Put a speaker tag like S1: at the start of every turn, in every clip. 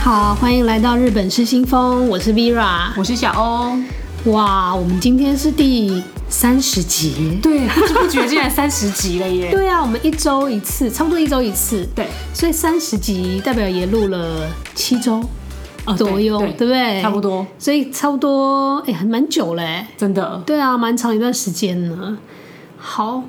S1: 好，欢迎来到日本失心疯，我是 Vera。
S2: 我是小欧。
S1: 哇，我们今天是第三十集。
S2: 对，不知不觉竟然三十集了耶。
S1: 对啊，我们一周一次，差不多一周一次。
S2: 对，
S1: 所以三十集代表也录了七周
S2: 啊
S1: 左右，对不对？
S2: 差不多，
S1: 所以差不多，哎、还蛮久嘞。
S2: 真的。
S1: 对啊，蛮长一段时间呢。好，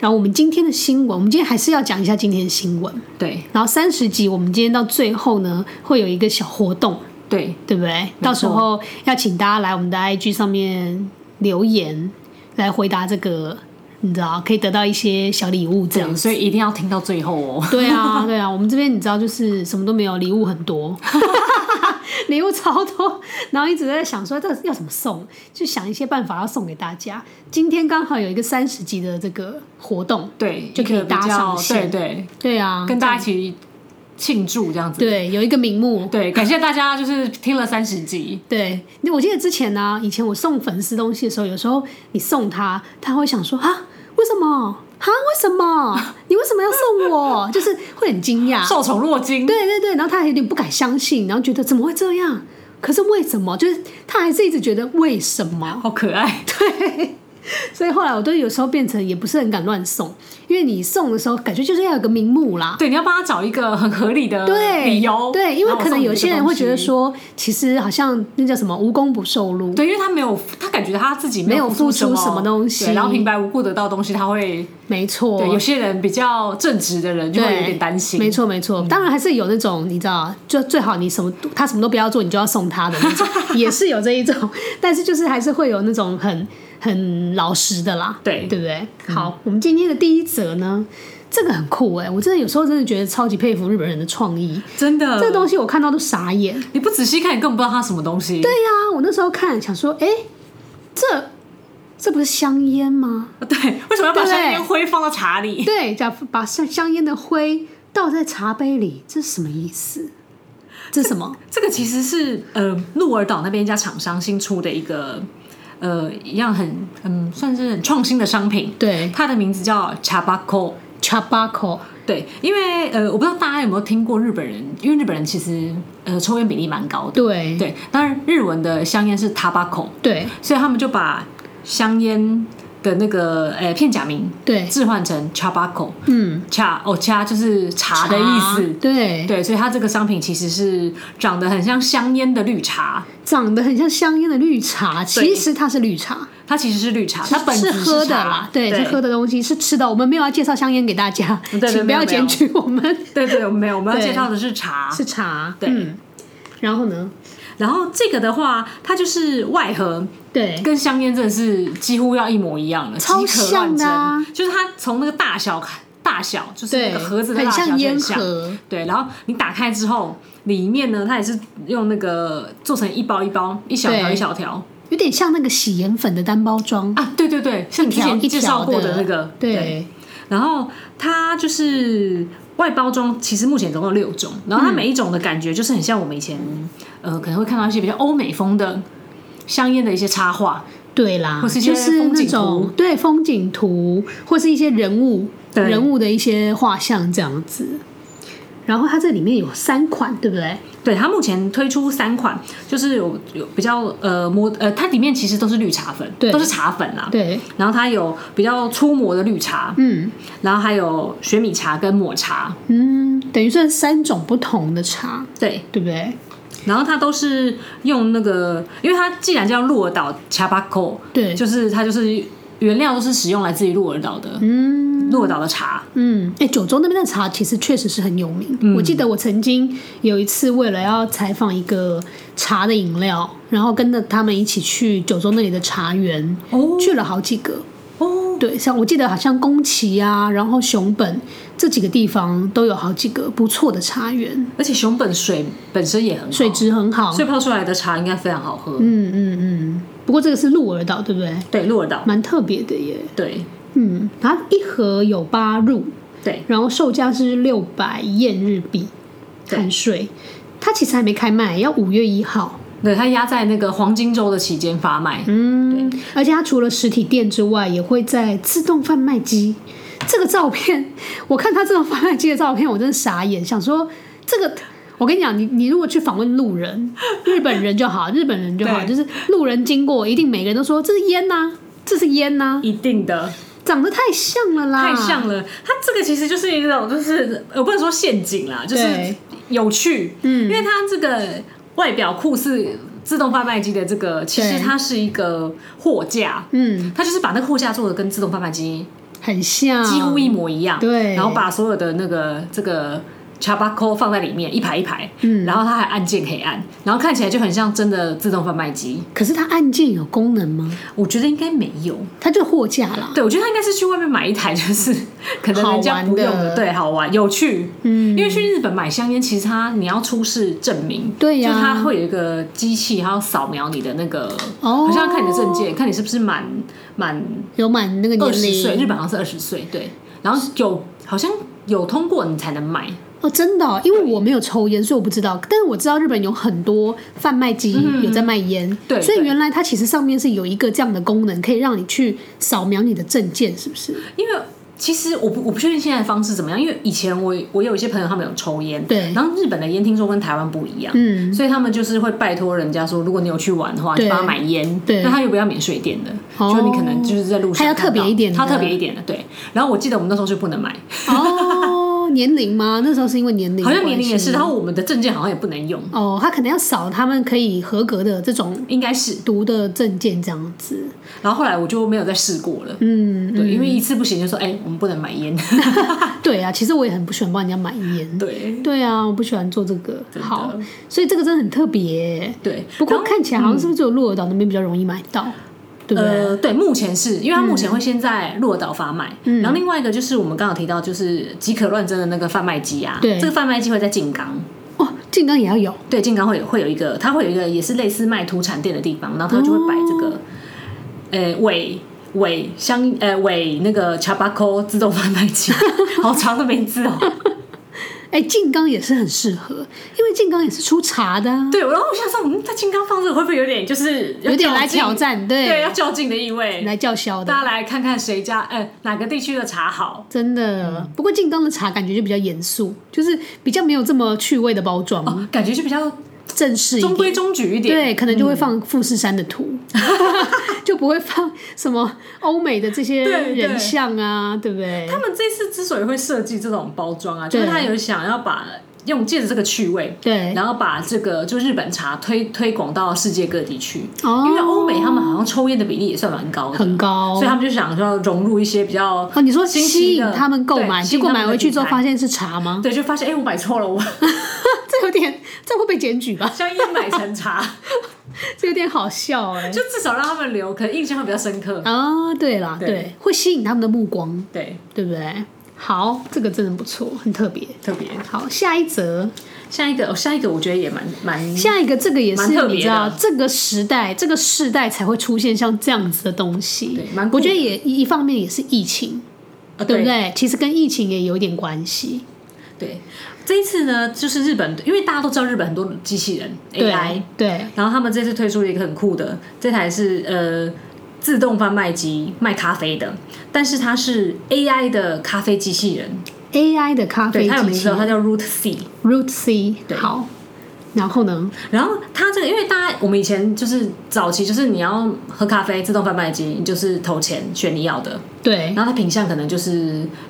S1: 然后我们今天的新闻，我们今天还是要讲一下今天的新闻。
S2: 对
S1: 然后三十集，我们今天到最后呢，会有一个小活动，
S2: 对，
S1: 对不对？到时候要请大家来我们的 IG 上面留言，来回答这个，你知道，可以得到一些小礼物这样
S2: 对，。所以一定要听到最后哦。
S1: 对啊， 对啊，我们这边你知道，就是什么都没有，礼物很多，礼物超多，然后一直在想说这要怎么送，就想一些办法要送给大家。今天刚好有一个三十集的这个活动，
S2: 对，
S1: 就可以
S2: 一个比
S1: 搭上
S2: 较
S1: 线
S2: 对对，
S1: 对啊，
S2: 跟大家一起庆祝这样子。
S1: 对有一个名目。
S2: 对，感谢大家，就是听了三十集。
S1: 对，那我记得之前呢、以前我送粉丝东西的时候，有时候你送他，他会想说啊，为什么？啊，为什 么？你为什么要送我？就是会很惊讶，
S2: 受宠若惊，
S1: 啊对对对，然后他还有点不敢相信，然后觉得怎么会这样？可是为什么？就是他还是一直觉得为什 么？
S2: 好可爱。
S1: 对，所以后来我都有时候变成也不是很敢乱送，因为你送的时候感觉就是要有个名目啦。
S2: 对，你要帮他找一个很合理的
S1: 对，
S2: 理由。
S1: 对，因为可能有些人会觉得
S2: 然后
S1: 说，其实好像那叫什么无功不受禄
S2: 我送你这个东西，对，因为他没有，他感觉他自己
S1: 没有付出什么东西
S2: 对然后平白无故得到东西，他会
S1: 没错，
S2: 对有些人比较正直的人就会有点担心。嗯
S1: 没错没错，当然还是有那种你知道，就最好你什么他什么都不要做，你就要送他的那 种，也是有这一种，但是就是还是会有那种很很老实的啦，
S2: 对嗯
S1: 对不对？好，我们今天的第一则呢，这个很酷哎、我真的有时候真的觉得超级佩服日本人的创意，
S2: 真的，
S1: 这个东西我看到都傻眼。
S2: 你不仔细看，你根本不知道它什么东西。
S1: 对呀、我那时候看想说，哎，这这不是香烟吗？
S2: 对，为什么要把
S1: 对不对
S2: 香烟灰放到茶里？
S1: 对，假如把香香烟的灰倒在茶杯里，这是什么意思？这是什么？
S2: 这个其实是呃鹿儿岛那边一家厂商新出的一个呃一样很嗯算是很创新的商品，
S1: 对
S2: 它的名字叫 Chabaco。
S1: ，tobacco，
S2: 对，因为呃，我不知道大家有没有听过日本人，因为日本人其实呃抽烟比例蛮高的。
S1: 对
S2: 对，当然日文的香烟是 tobacco，
S1: 对
S2: 所以他们就把香烟的那个呃片假名
S1: 对，
S2: 置换成 tobacco，
S1: 嗯，
S2: 恰哦恰就是茶的意思。
S1: 对，
S2: 对，所以它这个商品其实是长得很像香烟的绿茶，
S1: 长得很像香烟的绿茶，其实它是绿茶，
S2: 它其实是绿茶，它本
S1: 是
S2: 质
S1: 喝的
S2: 茶
S1: 啦，对，是喝的东西，是吃的。我们没有要介绍香烟给大家，
S2: 对对
S1: 请不
S2: 没有
S1: 要
S2: 没有
S1: 检举我们，
S2: 对对，我们没有，我们要
S1: 对
S2: 介绍的是茶。
S1: 是茶，
S2: 对
S1: 嗯。然后呢？
S2: 然后这个的话，它就是外盒，
S1: 对
S2: 跟香烟真的是几乎要一模一样的，
S1: 超
S2: 即可乱
S1: 像的啊
S2: 真就是它从那个大小看大小，就是那
S1: 对，
S2: 个盒子的
S1: 很
S2: 大小就
S1: 像
S2: 很
S1: 烟
S2: 像。
S1: 盒，
S2: 对，然后你打开之后，里面呢，它也是用那个做成一包一包、一小条
S1: 对
S2: 一小条
S1: 有点像那个洗盐粉的单包装，
S2: 啊，对对对，像
S1: 一
S2: 你之
S1: 条
S2: 前
S1: 一
S2: 介绍
S1: 条
S2: 过的那个，
S1: 对
S2: 然后它就是外包装，其实目前总共有六种，然后它每一种的感觉就是很像我们以前、
S1: 嗯
S2: 呃可能会看到一些比较欧美风的香烟的一些插画，
S1: 对啦，
S2: 或是一些
S1: 就是
S2: 风
S1: 那
S2: 景
S1: 种
S2: 图
S1: 对风景图，或是一些人物
S2: 对
S1: 人物的一些画像这样子。然后它这里面有三款，对不对？
S2: 对，它目前推出三款，就是有有比较呃磨呃，它里面其实都是绿茶粉，
S1: 对
S2: 都是茶粉啦。
S1: 对，
S2: 然后它有比较粗磨的绿茶，
S1: 嗯
S2: 然后还有雪米茶跟抹茶，
S1: 嗯，等于算三种不同的茶，
S2: 对。
S1: 对不对？
S2: 然后它都是用那个，因为它既然叫鹿儿岛 Chabaco，
S1: 对
S2: 就是它就是原料都是使用来自于鹿儿岛的，
S1: 嗯
S2: 鹿儿岛的茶，
S1: 嗯，哎，九州那边的茶其实确实是很有名。
S2: 嗯
S1: 我记得我曾经有一次为了要采访一个茶的饮料，然后跟着他们一起去九州那里的茶园，
S2: 哦
S1: 去了好几个。
S2: 哦，
S1: 对，像我记得好像宫崎啊，然后熊本这几个地方都有好几个不错的茶园，
S2: 而且熊本水本身也很好，
S1: 水质很好。
S2: 所以泡出来的茶应该非常好喝，
S1: 嗯嗯嗯。不过这个是鹿儿岛，对不对？
S2: 对，鹿儿岛，
S1: 蛮特别的耶。
S2: 对
S1: 嗯，它一盒有八入，
S2: 对，
S1: 然后售价是六百燕日币，
S2: 对
S1: 含税。它其实还没开卖，要五月一号。
S2: 对，它压在那个黄金周的期间发卖，
S1: 嗯，而且它除了实体店之外，也会在自动贩卖机。这个照片，我看它自动贩卖机的照片，我真的傻眼，想说这个我跟你讲，你你如果去访问路人，日本人就好，日本人就好，就
S2: 对
S1: 是路人经过，一定每个人都说这是烟呐、这是烟呐、
S2: 一定的，
S1: 长得太像了啦，
S2: 太像了。它这个其实就是一种，就是我不能说陷阱啦，就是
S1: 对
S2: 有趣，
S1: 嗯
S2: 因为它这个外表酷似自动贩卖机的这个，其实
S1: 对
S2: 它是一个货架，
S1: 嗯，
S2: 它就是把那个货架做的跟自动贩卖机
S1: 很像，
S2: 几乎一模一样，
S1: 对
S2: 然后把所有的那个这个。茶巴扣放在里面一排一排，嗯，然后它还按键可以按，然后看起来就很像真的自动贩卖机。
S1: 可是它按键有功能吗？
S2: 我觉得应该没有，
S1: 它就货架啦。
S2: 对，我觉得他应该是去外面买一台，就是 可能人家不用
S1: 好玩
S2: 的，
S1: 的
S2: 对，好玩有趣。
S1: 嗯，
S2: 因为去日本买香烟，其实它你要出示证明，
S1: 对呀
S2: 就它会有一个机器，它要扫描你的那个，
S1: 哦
S2: 好像要看你的证件，看你是不是满满
S1: 有满那个
S2: 二
S1: 年
S2: 十岁，日
S1: 龄
S2: 本好像是二十岁，对，然后有好像有通过你才能买，
S1: 哦，真的哦、因为我没有抽烟，所以我不知道。但是我知道日本有很多贩卖机有在卖烟，
S2: 嗯对
S1: 所以
S2: 对
S1: 原来它其实上面是有一个这样的功能，可以让你去扫描你的证件，是不 是？
S2: 因为其实我不我不确定现在的方式怎么样，因为以前我我有一些朋友他们有抽烟，
S1: 对
S2: 然后日本的烟听说跟台湾不一样，
S1: 嗯，
S2: 所以他们就是会拜托人家说，如果你有去玩的话，
S1: 对
S2: 就帮他买烟。
S1: 对
S2: 那他又不要免税店的，
S1: 哦
S2: 就你可能就是在路上
S1: 他要
S2: 看到
S1: 特别一点的
S2: 他特别一点的，对。然后我记得我们那时候是不能买，
S1: 哦，年龄吗？那时候是因为年龄的
S2: 好
S1: 关系，
S2: 像年龄也是，然后我们的证件好像也不能用，
S1: 哦，他可能要扫他们可以合格的这种
S2: 应该是。
S1: 读的证件这样子。
S2: 然后后来我就没有再试过了，
S1: 嗯，
S2: 对，因为一次不行就说，哎、我们不能买烟，
S1: 对啊，其实我也很不喜欢帮人家买烟。
S2: 对
S1: 对啊，我不喜欢做这个。
S2: 真的
S1: 好，所以这个真的很特别。
S2: 对。
S1: 不
S2: 然
S1: 过
S2: 后嗯
S1: 看起来好像是不是只有鹿儿岛那边比较容易买到，对不对？
S2: 呃，对，目前是因为它目前会先在鹿儿岛发卖，
S1: 嗯
S2: 然后另外一个就是我们刚刚有提到，就是即可乱真的那个贩卖机啊，
S1: 对
S2: 这个贩卖机会在静冈，
S1: 哦，静冈也要有
S2: 对，静冈会有会有一个，它会有一个也是类似卖土产店的地方，然后它就会摆这
S1: 哦
S2: 个，呃、尾尾香呃尾那个 Chabaco 自动贩卖机， 好长的名字哦。
S1: 哎，静冈也是很适合，因为静冈也是出茶的、啊，
S2: 对，然后我想说，嗯，在静冈放这个会不会有点就是要
S1: 有点
S2: 较
S1: 来
S2: 劲
S1: 挑，战，对，
S2: 对，要较劲的意味。
S1: 来叫嚣的，
S2: 大家来看看谁家呃哪个地区的茶好，
S1: 真的。
S2: 嗯
S1: 不过静冈的茶感觉就比较严肃，就是比较没有这么趣味的包装，
S2: 感觉就比较
S1: 正式一
S2: 哦
S1: 点。
S2: 中规中嗯矩一点。
S1: 对，可能就会放富士山的 图，就不会放什么欧美的这些
S2: 对对
S1: 人像啊，对不对？
S2: 他们这次之所以会设计这种包装啊，就
S1: 对
S2: 是他有想要把用借着这个趣味，
S1: 对，
S2: 然后把这个就日本茶推推广到世界各地去。
S1: 哦
S2: 因为欧美他们好像抽烟的比例也算蛮高的，
S1: 很高
S2: 所以他们就想说要融入一些比较
S1: 哦，你说
S2: 新
S1: 吸
S2: 奇
S1: 引
S2: 的
S1: 他们购买，
S2: 对
S1: 结果买回去之后发
S2: 现，
S1: 现是茶吗？
S2: 对，就发现哎、我买错了，我
S1: 这有点，这会被检举吧？
S2: 香烟买成茶，
S1: 这有点好笑哎、
S2: 就至少让他们留，可能印象会比较深刻。
S1: 啊，对啦，
S2: 对
S1: 对，会吸引他们的目光，
S2: 对，
S1: 对不对？好，这个真的不错，很特别。
S2: 特别
S1: 好，下一则，
S2: 下一个，哦下一个我觉得也蛮蛮
S1: 下一个这个也是
S2: 蛮特别的
S1: 你知道，这个时代、这个世代才会出现像这样子的东西
S2: 对蛮。酷
S1: 我觉得也一一方面也是疫情，
S2: 呃
S1: 对
S2: 对
S1: 不对？其实跟疫情也有一点关系。
S2: 对，这一次呢，就是日本，因为大家都知道日本很多机器人 AI，
S1: 对对，
S2: 然后他们这次推出了一个很酷的，这台是呃自动贩卖机卖咖啡的，但是它是 AI 的咖啡机器人，
S1: AI 的咖
S2: 对，
S1: 啡
S2: 它有
S1: 机
S2: 名
S1: 器
S2: 字哦，它叫 Root C。
S1: Root C，
S2: 对
S1: 好。然后呢？
S2: 然后它这个，因为大家我们以前就是早期就是你要喝咖啡，自动贩卖机你就是投钱选你要的，
S1: 对，
S2: 然后它品相可能就是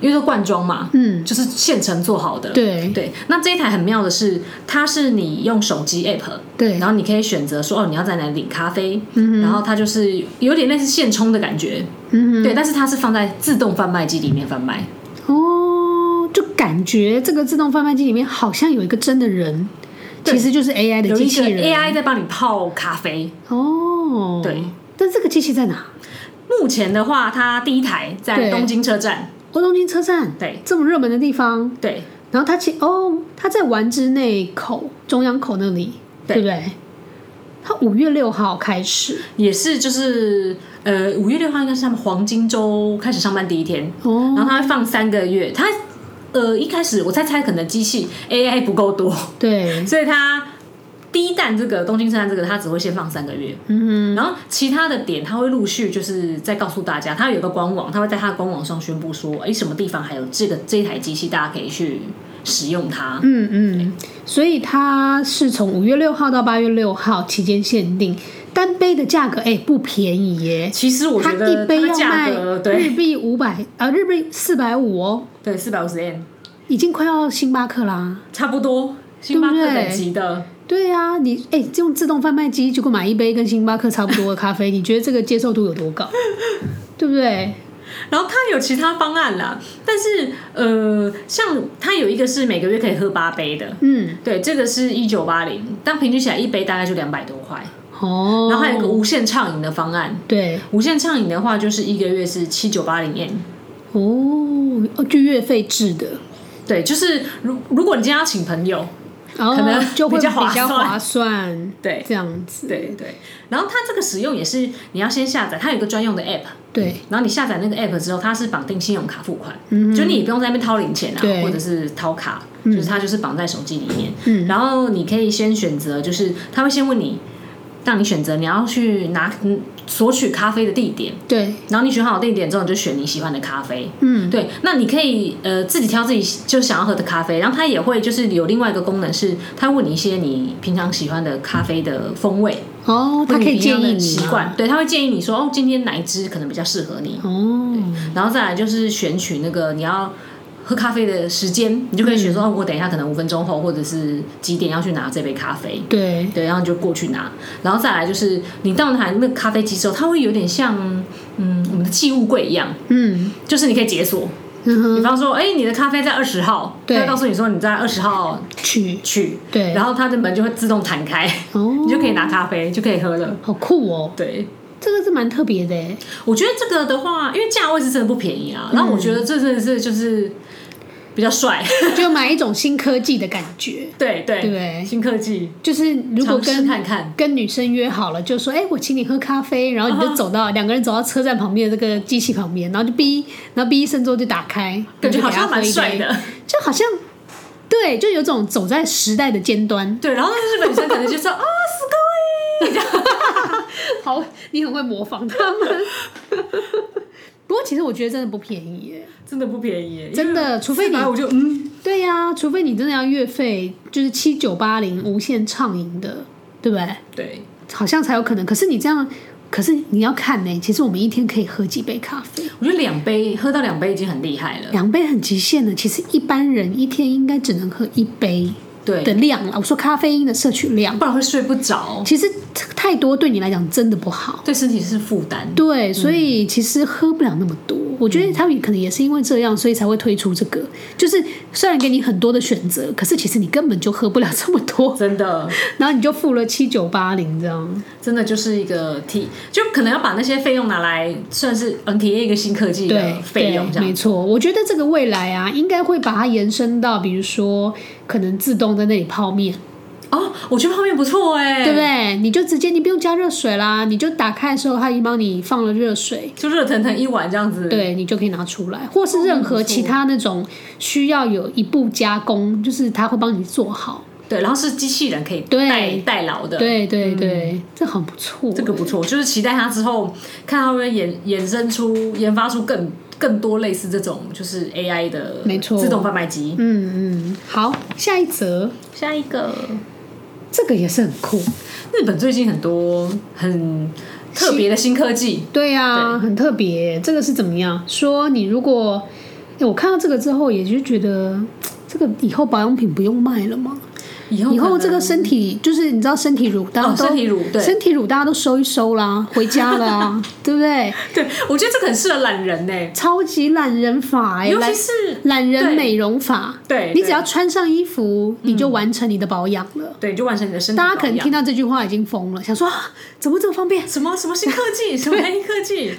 S2: 因为说罐装嘛，
S1: 嗯，
S2: 就是现成做好的，
S1: 对
S2: 对，那这一台很妙的是，它是你用手机 app，
S1: 对
S2: 然后你可以选择说哦，你要在哪里领咖啡，然后它就是有点类似现充的感觉，
S1: 嗯
S2: 对，但是它是放在自动贩卖机里面贩卖，
S1: 哦，就感觉这个自动贩卖机里面好像有一个真的人，
S2: 对
S1: 其实就是 AI 的
S2: 有
S1: 机
S2: 一
S1: 器
S2: 个
S1: 人。
S2: AI 在帮你泡咖啡。
S1: 哦，
S2: 对。
S1: 但这个机器在哪？
S2: 目前的话，它第一台在
S1: 对
S2: 东京车站，
S1: 哦，东京车站，
S2: 对
S1: 这么热门的地方，
S2: 对
S1: 然后它其哦，它在丸之内口中央口那里，
S2: 对
S1: 不对？它五月六号开始
S2: 也是就是呃五月六号应该是他们黄金周开始上班第一天，然
S1: 哦，
S2: 后它会放三个月，它。呃，一开始我在猜，可能机器 AI 不够多，
S1: 对，
S2: 所以它第一弹这个东京车站这个，它只会先放三个月，
S1: 嗯
S2: 然后其他的点它会陆续就是再告诉大家，它有一个官网，它会在它的官网上宣布说，哎，什么地方还有这个这一台机器，大家可以去使用它。
S1: 嗯嗯，所以它是从五月六号到八月六号期间限定，单杯的价格哎、不便宜耶，
S2: 其实我
S1: 它
S2: 觉
S1: 一
S2: 得
S1: 杯
S2: 它
S1: 要
S2: 价
S1: 卖
S2: 格
S1: 日
S2: 对
S1: 币五百啊，日币四百五哦，
S2: 对四百五十 n
S1: 已经快要星巴克啦。
S2: 差不多，星巴克
S1: 对不对
S2: 等级的。
S1: 对啊，你哎、用自动贩卖机就果买一杯跟星巴克差不多的咖啡，你觉得这个接受度有多 高？对不对？
S2: 然后它有其他方案啦，但是呃，像它有一个是每个月可以喝八杯的，
S1: 嗯，
S2: 对，这个是一九八零，但平均起来一杯大概就两百多块。
S1: 哦，
S2: 然后还有一个无限畅饮的方案，
S1: 对
S2: 无限畅饮的话就是一个月是七九八零 n。
S1: 哦，哦，就月费制的，
S2: 对，就是如如果你今天要请朋友，
S1: 然后
S2: 可能
S1: 哦就会
S2: 比较划
S1: 较
S2: 算
S1: 划算，
S2: 对
S1: 这样子，
S2: 对对，然后它这个使用也是你要先下载，它有一个专用的 app，
S1: 对，
S2: 然后你下载那个 app 之后，它是绑定信用卡付款，
S1: 嗯
S2: 就你也不用在那边掏零钱啊
S1: 对，
S2: 或者是掏卡，就是它就是绑在手机里面。
S1: 嗯
S2: 然后你可以先选择，就是他会先问你，让你选择你要去拿嗯索取咖啡的地点，
S1: 对，
S2: 然后你选好地点之后，你就选你喜欢的咖啡。
S1: 嗯，
S2: 对，那你可以呃自己挑自己就想要喝的咖啡，然后它也会就是有另外一个功能是，它问你一些你平常喜欢的咖啡的风味，
S1: 哦，他可以建议
S2: 或
S1: 你
S2: 者你平常的习
S1: 吗
S2: 惯，对，他会建议你说哦，今天哪一支可能比较适合你，
S1: 哦，
S2: 然后再来就是选取那个你要喝咖啡的时间，你就可以
S1: 嗯
S2: 选说、哦，我等一下可能五分钟后或者是几点要去拿这杯咖啡。
S1: 对，
S2: 对，然后你就过去拿，然后再来就是你到台那个咖啡机之后，它会有点像嗯我们的寄物柜一样，
S1: 嗯，
S2: 就是你可以解锁，
S1: 嗯
S2: 比
S1: 哼，
S2: 方说，哎、你的咖啡在二十号，
S1: 对
S2: 它会告诉你说你在二十号
S1: 去，
S2: 去，
S1: 对，
S2: 然后它的门就会自动弹开，
S1: 哦，
S2: 你就可以拿咖啡，就可以喝了。
S1: 好酷哦，
S2: 对，
S1: 这个是蛮特别的欸耶，
S2: 我觉得这个的话，因为价位是真的不便宜
S1: 嗯
S2: 啊，然后我觉得这真的是就是比较帅，
S1: 就买一种新科技的感觉，
S2: 对对
S1: 对
S2: 新科技，
S1: 就是如果
S2: 尝试
S1: 跟
S2: 看看。
S1: 跟女生约好了，就说：“哎、我请你喝咖啡。”然后
S2: 嗯
S1: 你就走到、两个人走到车站旁边的这个机器旁边，然后就哔，然后哔一声之后就打开，
S2: 感觉
S1: 然后
S2: 好
S1: 就给他
S2: 像蛮
S1: 喝一杯
S2: 帅，的，
S1: 就好像对，就有种走在时代的尖端。
S2: 对，然后日本女生可能就说啊，
S1: 好，你很会模仿他们。 不过其实我觉得真的不便宜耶，
S2: 真的不便宜耶，
S1: 真的除非你
S2: 我就嗯，
S1: 对呀、除非你真的要月费，就是七九八零无限畅饮的，对不对？
S2: 对，
S1: 好像才有可能。可是你这样，可是你要看呢、其实我们一天可以喝几杯咖啡。
S2: 我觉得两杯喝到两杯已经很厉害了，
S1: 两杯很极限的，其实一般人一天应该只能喝一杯
S2: 对，
S1: 的量啦。我说咖啡因的摄取量，
S2: 不然会睡不着，
S1: 其实太多对你来讲真的不好。
S2: 对身体是负担。
S1: 对，所以其实喝不了那么多。我觉得他们可能也是因为这样，所以才会推出这个。就是虽然给你很多的选择，可是其实你根本就喝不了这么多，
S2: 真的，
S1: 然后你就付了七九八零这样。
S2: 真的就是一个体，就可能要把那些费用拿来算是嗯体验一个新科技的
S1: 对，
S2: 费用这
S1: 对没
S2: 样。
S1: 错。我觉得这个未来啊，应该会把它延伸到，比如说可能自动在那里泡面。
S2: 哦，我觉得泡面不错哎、
S1: 对不对？你就直接你不用加热水啦，你就打开的时候，它已经帮你放了热水，
S2: 就热腾腾一碗这样子。，
S1: 对你就可以拿出来，或是任
S2: 哦
S1: 何其他那种需要有一步加工，就是它会帮你做好。
S2: 对，然后是机器人可以
S1: 对
S2: 代代劳的。。
S1: 对对对，这很不错。
S2: 嗯这个不错，就是期待它之后看它会不会衍衍生出、研发出更更多类似这种就是 AI 的
S1: 没错
S2: 自动贩卖机。
S1: 嗯嗯，好，下一则
S2: 下一个，
S1: 这个也是很酷。
S2: 日本最近很多很特别的新科技，
S1: 对呀、很特别。这个是怎么样？说你如果，诶我看到这个之后，也就觉得这个以后保养品不用卖了吗？
S2: 以后
S1: 以
S2: 可
S1: 后
S2: 能
S1: 这个身体就是你知道身体乳，大家
S2: 哦
S1: 都、
S2: 身体乳对
S1: 身体乳大家都收一收啦，回家了 啊，对不对？
S2: 对我觉得这个很适合懒人呢、
S1: 超级懒人法哎、
S2: 尤
S1: 懒
S2: 其是
S1: 懒人
S2: 对
S1: 美容法，
S2: 对，嗯
S1: 你
S2: 对
S1: 只要穿上衣服，你就完成你的保养了。
S2: 对，就完成你的身体保
S1: 大
S2: 养。
S1: 家可能听到这句话已经疯了，想说、啊、怎么这么方便？
S2: 什么什么新科技，什么黑科技，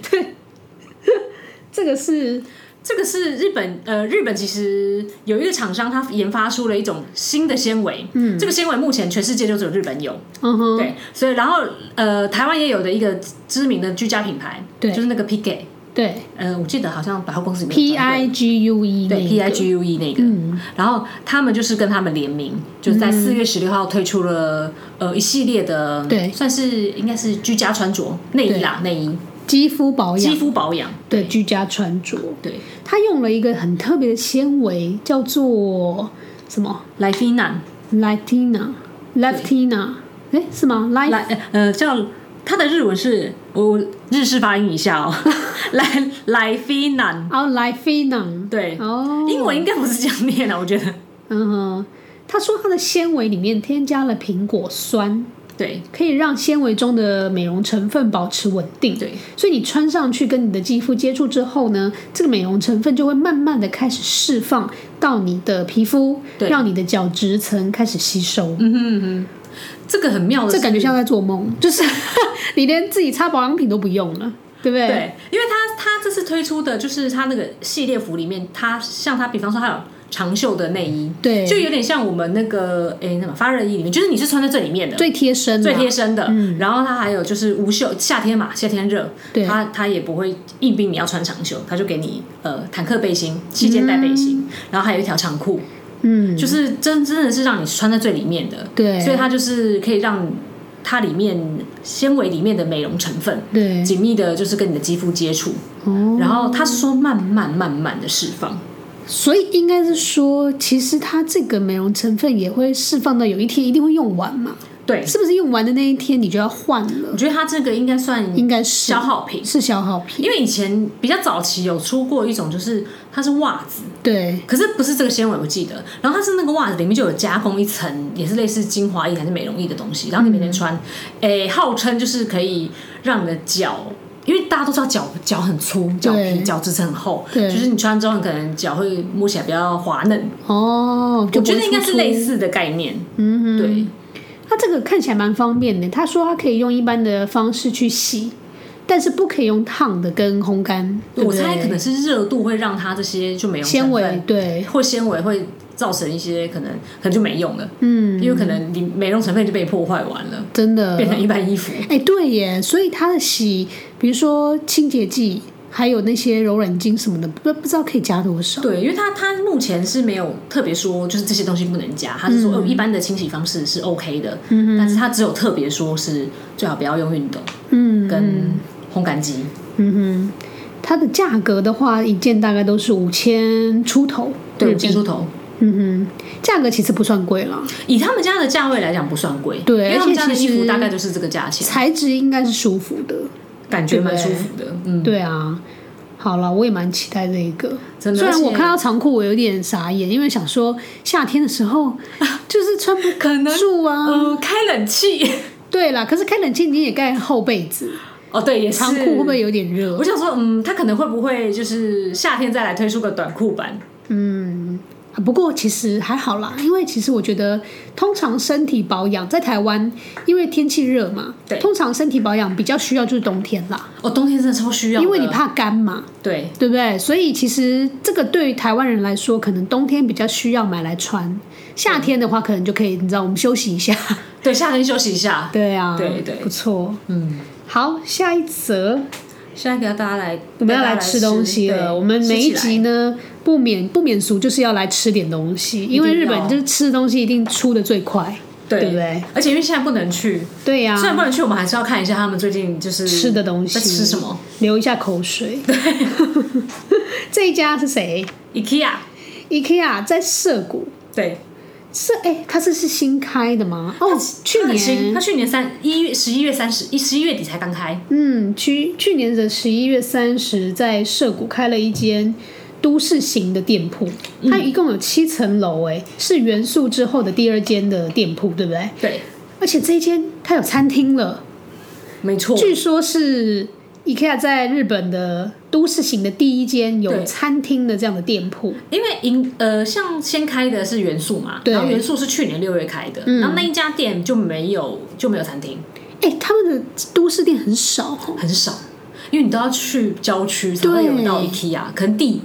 S1: 这个是
S2: 这个是日本呃，日本其实有一个厂商，它研发出了一种新的纤维，嗯，这个纤维目前全世界就只有日本有，
S1: 嗯哼，
S2: 对，所以然后呃，台湾也有的一个知名的居家品牌，
S1: 对
S2: 就是那个 Piguet，
S1: 对
S2: 呃，我记得好像百货公司里面有
S1: ，P
S2: 专柜
S1: I G U E 嗯
S2: 对 P I G U E 那个，然后他们就是跟他们联名，就是在四月十六号推出了呃一系列的，
S1: 对
S2: 算是应该是居家穿着内衣啦，内衣
S1: 肌肤保
S2: 肌
S1: 养
S2: 肤保养，
S1: 的居家穿着，
S2: 对
S1: 它用了一个很特别的纤维，叫做什么
S2: 莱菲娜，
S1: Latina Latina，哎，是吗
S2: 莱
S1: ？Life
S2: 呃叫它的日文是我我日式发音一下哦，莱莱菲娜，
S1: 哦 Lifeina，
S2: 对，
S1: 哦，
S2: 英文应该不是这样念的，我觉得
S1: 嗯哼，他说它的纤维里面添加了苹果酸，
S2: 对
S1: 可以让纤维中的美容成分保持稳定。
S2: 对，
S1: 所以你穿上去跟你的肌肤接触之后呢，这个美容成分就会慢慢的开始释放到你的皮肤，
S2: 对
S1: 让你的角质层开始吸收。嗯，
S2: 这个很妙的是，
S1: 这感觉像在做 梦，就是 你连自己擦保养品都不用了，对不对？
S2: 对，因为它它这次推出的就是它那个系列服里面，它像它比方说它有长袖的内衣，
S1: 对
S2: 就有点像我们那个诶那个发热衣里面，就是你是穿在最里面的。
S1: 最贴身、啊，
S2: 最贴身的，然后它还有就是无袖，夏天嘛，夏天热，
S1: 对
S2: 它它也不会硬逼你要穿长袖，它就给你呃坦克背心、细肩带背心，然后还有一条长裤，
S1: 嗯，
S2: 就是真真的是让你穿在最里面的，
S1: 对
S2: 所以它就是可以让它里面纤维里面的美容成分
S1: 对，
S2: 紧密的，就是跟你的肌肤接触，
S1: 哦，
S2: 然后他说慢慢慢慢的释放，
S1: 所以应该是说，其实它这个美容成分也会释放到有一天一定会用完嘛，
S2: 对，
S1: 是不是用完的那一天你就要换了
S2: 我？觉得他这个应该算
S1: 应该是
S2: 消耗品，
S1: 是消耗品，
S2: 因为以前比较早期有出过一种，就是它是袜子，
S1: 对，
S2: 可是不是这个纤维，我记得，然后它是那个袜子里面就有加工一层，也是类似精华液还是美容液的东西，然后你每天穿，诶、号称就是可以让你的脚。因为大家都知道脚脚很粗，脚皮
S1: 对
S2: 脚趾层很厚，
S1: 对
S2: 就是你穿之后，你可能脚会摸起来比较滑嫩。
S1: 哦，
S2: 我
S1: 就不
S2: 觉
S1: 会
S2: 得应该是
S1: 突出
S2: 类，似的概念，
S1: 嗯哼，
S2: 对。
S1: 它这个看起来蛮方便的。他说它可以用一般的方式去洗，但是不可以用烫的跟烘干，对不
S2: 我
S1: 对
S2: 猜可能是热度会让它这些就没有
S1: 纤维，对，
S2: 或纤维会造成一些可能可能就没用了，
S1: 嗯，呃
S2: 因为可能你美容成分就被破坏完了，
S1: 真的
S2: 变成一般衣服。
S1: 哎、对耶，所以它的洗，比如说清洁剂，还有那些柔软精什么的，不不知道可以加多少。
S2: 对，因为它它目前是没有特别说就是这些东西不能加，它是
S1: 嗯
S2: 说、哦一般的清洗方式是 OK 的，但是它只有特别说是最好不要用熨斗
S1: 嗯
S2: 跟烘干机，
S1: 嗯哼，它的价格的话，一件大概都是五千出头
S2: 对，
S1: 日
S2: 五千
S1: 币。
S2: 出头。
S1: 嗯哼，价格其实不算贵了，
S2: 以他们家的价位来讲不算贵，
S1: 对
S2: 因为他们家的
S1: 而且其
S2: 衣
S1: 实
S2: 服大概就是这个价钱，
S1: 材质应该是舒服的。
S2: 感觉蛮
S1: 对
S2: 舒服的，嗯，
S1: 对啊，好了，我也蛮期待这一个。
S2: 真的
S1: 虽
S2: 而
S1: 然
S2: 且
S1: 我看到长裤，我有点傻眼，因为想说夏天的时 候就是穿不
S2: 可能
S1: 住啊。
S2: 嗯，开冷气。
S1: 对啦，可是开冷气你也盖厚被子，
S2: 哦，对，也是
S1: 长裤会不会有点热
S2: 我？想说，嗯，他可能会不会就是夏天再来推出个短裤版？
S1: 啊不过其实还好啦，因为其实我觉得，通常身体保养在台湾，因为天气热嘛，
S2: 对
S1: 通常身体保养比较需要就是冬天啦，
S2: 哦，冬天真的超需要的，
S1: 因为你怕干嘛，
S2: 对
S1: 对不对？所以其实这个对于台湾人来说，可能冬天比较需要买来穿，夏天的话可能就可以，你知道我们休息一下。
S2: 对，夏天休息一下。
S1: 对啊，
S2: 对对
S1: 不错。
S2: 嗯，
S1: 好，下一则
S2: 现在给大家来，
S1: 我们要来
S2: 带大家
S1: 吃东西
S2: 对
S1: 了。我们每一
S2: 吃起
S1: 集呢，不免不免俗，就是要来吃点东西，因为
S2: 一定
S1: 日
S2: 要
S1: 本就是吃的东西一定出的最快，
S2: 来
S1: 对
S2: 对
S1: 不对？？
S2: 而且因为现在不能去，
S1: 对呀、
S2: 虽然不能去，我们还是要看一下他们最近就是
S1: 吃的东西
S2: 在吃什么。
S1: 流一下口水。 这一家是谁
S2: IKEA，
S1: ？IKEA 在涩谷，
S2: 对，
S1: 是哎、它这是新开的吗？哦，去
S2: 它很新它
S1: 年，
S2: 去年三一月十一月三十一十一月底才刚开，
S1: 嗯，去去年的十一月三十，在涩谷开了一间。都市型的店铺，
S2: 嗯
S1: 它一共有七层楼，哎，是元素之后的第二间的店铺，对不对？
S2: 对，
S1: 而且这一间它有餐厅了，
S2: 没错，
S1: 据说是 IKEA 在日本的都市型的第一间有
S2: 对
S1: 餐厅的这样的店铺。
S2: 因为银呃，像先开的是元素嘛，
S1: 对嗯
S2: 然后元素是去年六月开的，然后那一家店就没有就没有餐厅，
S1: 哎、他们的都市店很少哦，
S2: 很少，因为你都要去郊区才会有到
S1: 对
S2: IKEA，可能地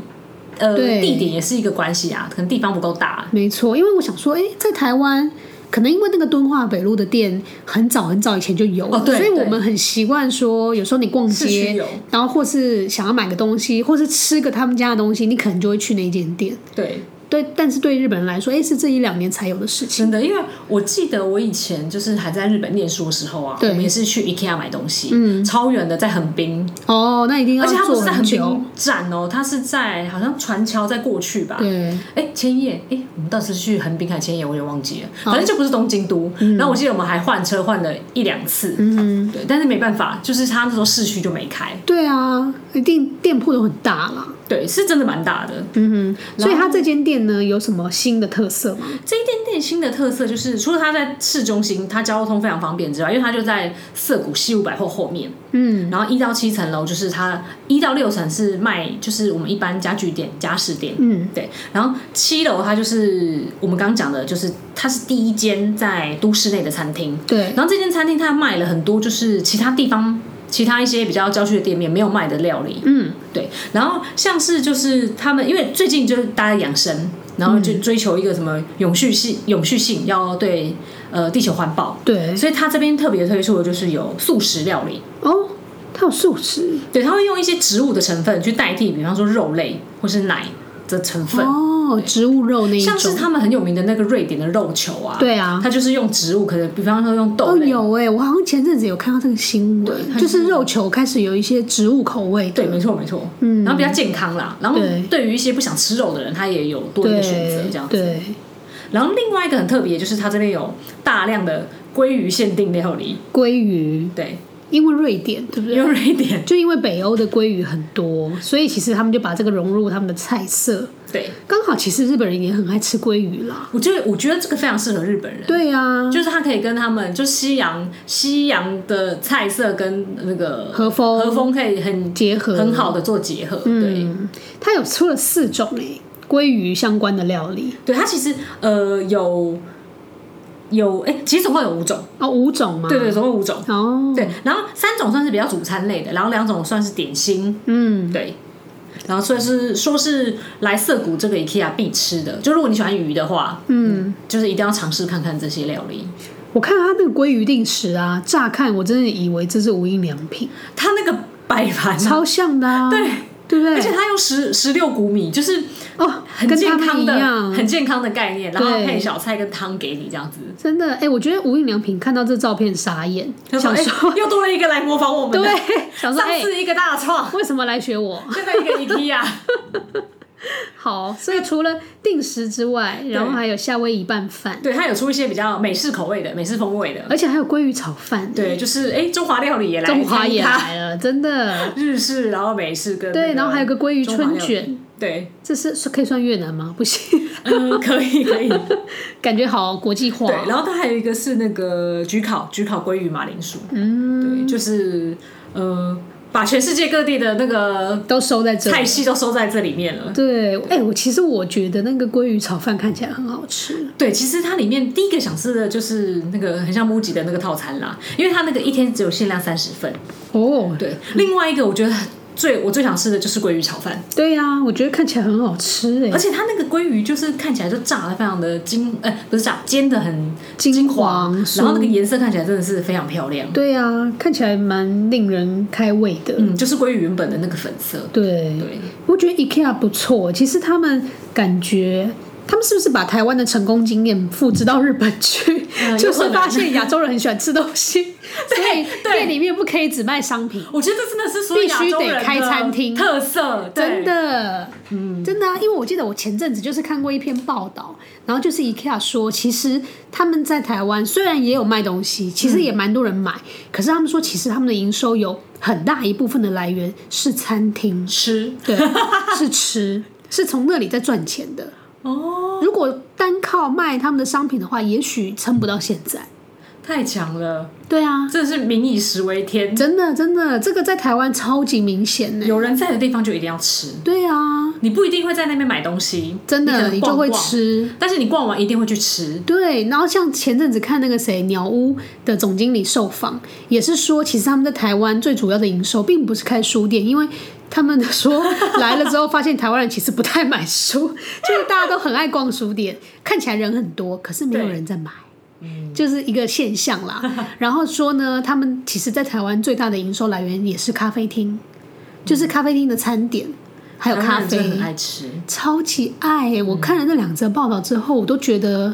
S2: 呃
S1: 对
S2: 地点也是一个关系啊，可能地方不够大，
S1: 没错，因为我想说，哎、在台湾。可能因为那个敦化北路的店很早很早以前就有了，
S2: 哦对
S1: 所以我
S2: 对
S1: 们很习惯说，有时候你逛
S2: 市区
S1: 街
S2: 有，
S1: 然后或是想要买个东西，或是吃个他们家的东西，你可能就会去那间店。
S2: 对，
S1: 对，但是对日本人来说，哎，是这一两年才有的事情。
S2: 真的，因为我记得我以前就是还在日本念书的时候啊，
S1: 对
S2: 我们也是去 IKEA 买东西，嗯，超远的，在横滨，
S1: 哦，那一定要
S2: 而且它不
S1: 做
S2: 是在
S1: 很
S2: 横
S1: 久
S2: 滨。站哦，它是在好像船桥再过去吧。
S1: 对，
S2: 哎，千叶，哎，我们当时去横滨还是千叶，我有点忘记了，反正就不是东京都。然后我记得我们还换车换了一两次，
S1: 嗯，
S2: 对，但是没办法，就是它那时候市区就没开，
S1: 对啊，一定店铺都很大啦。
S2: 对，是真的蛮大的。
S1: 嗯哼，所以它这间店呢有什么新的特色吗？
S2: 这一间店新的特色就是，除了它在市中心，它交通非常方便之外，因为它就在涩谷西武百货后面，
S1: 嗯，
S2: 然后一到七层楼就是它一到六层是卖就是我们一般家具店、家饰店，
S1: 嗯，
S2: 对，然后七楼它就是我们刚刚讲的，就是它是第一间在都市内的餐厅，
S1: 对，
S2: 然后这间餐厅它卖了很多就是其他地方。其他一些比较郊区的店面没有卖的料理，
S1: 嗯，
S2: 对，然后像是就是他们，因为最近就是大家养生，然后就
S1: 嗯
S2: 追求一个什么永续性、永续性，要对呃地球环保，
S1: 对，
S2: 所以他这边特别推出的就是有素食料理，
S1: 哦，它有素食
S2: 对，他会用一些植物的成分去代替，比方说肉类或是奶的成分，
S1: 哦，植物肉那一
S2: 像是
S1: 种，
S2: 他们很有名的那个瑞典的肉球啊，
S1: 对啊。
S2: 它就是用植物，可能比方说用豆
S1: 哦，
S2: 类，
S1: 有哎、我好像前阵子有看到这个新
S2: 对
S1: 闻，
S2: 它
S1: 就是肉球开始有一些植物口味的，
S2: 对，没错没错，
S1: 嗯
S2: 然后比较健康啦，然后
S1: 对
S2: 对于一些不想吃肉的人，他也有多一个选择
S1: 对
S2: 这样子。
S1: 对，
S2: 然后另外一个很特别，就是它这边有大量的鲑鱼限定料理，
S1: 鲑鱼，
S2: 对，
S1: 因为瑞典对不对？
S2: 因为瑞典，
S1: 就因为北欧的鲑鱼很多，所以其实他们就把这个融入他们的菜色。
S2: 对
S1: 刚好其实日本人也很爱吃鲑鱼啦。
S2: 我觉得我觉得这个非常适合日本人。
S1: 对啊，
S2: 就是它可以跟他们就西洋西洋的菜色跟那个
S1: 和风
S2: 和风可以很
S1: 结合
S2: 很好的做结合，对。
S1: 嗯，它有出了四种诶、鲑鱼相关的料理
S2: 对，它其实呃有有哎、其实总共有五种，
S1: 哦，五种吗？
S2: 对对，总共五种。
S1: 哦，
S2: 对，然后三种算是比较主餐类的，然后两种算是点心，
S1: 嗯，
S2: 对。然后算是说是来涩谷这个 IKEA 必吃的，就如果你喜欢鱼的话，嗯，就是一定要尝试看看这些料理。
S1: 我看它那个鲑鱼定食啊，乍看我真的以为这是无印良品，
S2: 它那个摆盘、啊，
S1: 超像的啊，
S2: 对，
S1: 对不
S2: 而且
S1: 对？
S2: 它用十十六谷米，就是
S1: 哦，
S2: 很
S1: 跟
S2: 健
S1: 他
S2: 康
S1: 们一
S2: 的、很
S1: 样。
S2: 健康的概念，然后
S1: 对
S2: 配小菜跟汤给你这样子。
S1: 真的，哎、我觉得无印良品看到这照片傻眼，
S2: 他
S1: 想：“
S2: 说哎、
S1: 说，
S2: 又多了一个来模仿我们的。”
S1: 对，想说，
S2: 上
S1: 哎、
S2: 次一个大创，
S1: 为什么来学我？
S2: 现在一个 IKEA，
S1: 好，所以除了定时之外，然后还有夏威夷拌饭，
S2: 对它有出一些比较美式口味的、美式风味的，
S1: 而且还有鲑鱼炒饭，，
S2: 对，就是哎、中华料理也来，
S1: 中华也
S2: 它
S1: 来了，真的。
S2: 日式，然后美式跟那
S1: 对，
S2: 个
S1: 然后还有个鲑鱼
S2: 中华料
S1: 春
S2: 理
S1: 卷，
S2: 对，
S1: 这是是可以算越南吗？不行，
S2: 嗯，可以可 以，
S1: 感觉好国际化。
S2: 对，然后它还有一个是那个焗烤焗烤鲑鱼马铃薯，嗯，对，就是呃，把全世界各地的那个
S1: 都收在这
S2: 菜
S1: 里。
S2: 系都收在这里面了。
S1: 对，哎、我其实我觉得那个鲑鱼炒饭看起来很好吃。
S2: 对，其实它里面第一个想吃的就是那个很像木吉的那个套餐啦，因为它那个一天只有限量三十份，
S1: 哦，
S2: 对，另外一个我觉得最我最想吃的就是鲑鱼炒饭，
S1: 对呀、我觉得看起来很好吃哎、
S2: 而且它那个鲑鱼就是看起来就炸的非常的金，呃，不是炸，煎的很
S1: 金
S2: 黄，
S1: 黄酥
S2: 然后那个颜色看起来真的是非常漂亮。
S1: 对呀、看起来蛮令人开胃的。
S2: 嗯，就是鲑鱼原本的那个粉色。
S1: 对，
S2: 对，
S1: 我觉得 IKEA 不错。其实他们感觉，他们是不是把台湾的成功经验复制到日本去？
S2: 嗯
S1: 就
S2: 有可
S1: 是
S2: 能
S1: 发现亚洲人很喜欢吃东西，所以
S2: 对
S1: 店里面不可以只卖商品。
S2: 我觉得这真的是所有
S1: 必须
S2: 亚洲
S1: 得
S2: 人的
S1: 开餐厅
S2: 特色，对
S1: 真。的，嗯，真的啊，因为我记得我前阵子就是看过一篇报道，然后就是 IKEA 说，其实他们在台湾虽然也有卖东西，其实也蛮多人买，可是他们说，其实他们的营收有很大一部分的来源是餐厅，
S2: 吃
S1: 对，是吃，是从那里在赚钱的。
S2: 哦，
S1: 如果单靠卖他们的商品的话，也许撑不到现在。
S2: 太强了，
S1: 对啊，
S2: 真的是民以食为天，
S1: 真的真的，这个在台湾超级明显呢。
S2: 有人在的地方就一定要吃。
S1: 对啊，
S2: 你不一定会在那边买东西，
S1: 真
S2: 你可
S1: 的
S2: 能
S1: 你就
S2: 逛
S1: 会
S2: 逛，
S1: 吃。
S2: 但是你逛完一定会去吃。
S1: 对，然后像前阵子看那个谁鸟屋的总经理受访，也是说，其实他们在台湾最主要的营收并不是开书店，因为他们 说来了之后发现台湾人其实不太买书，就是大家都很爱逛书店，看起来人很多，可是没有
S2: 对嗯
S1: 人在买。就是一个现象 啦，然后说呢，他们其实，在台湾最大的营收来源也是咖啡厅，就是咖啡厅的餐点。还有
S2: 台湾
S1: 咖
S2: 人真的
S1: 啡
S2: 很，爱吃。
S1: 超级爱耶、
S2: 嗯
S1: 我看了那两则报道之后，我都觉得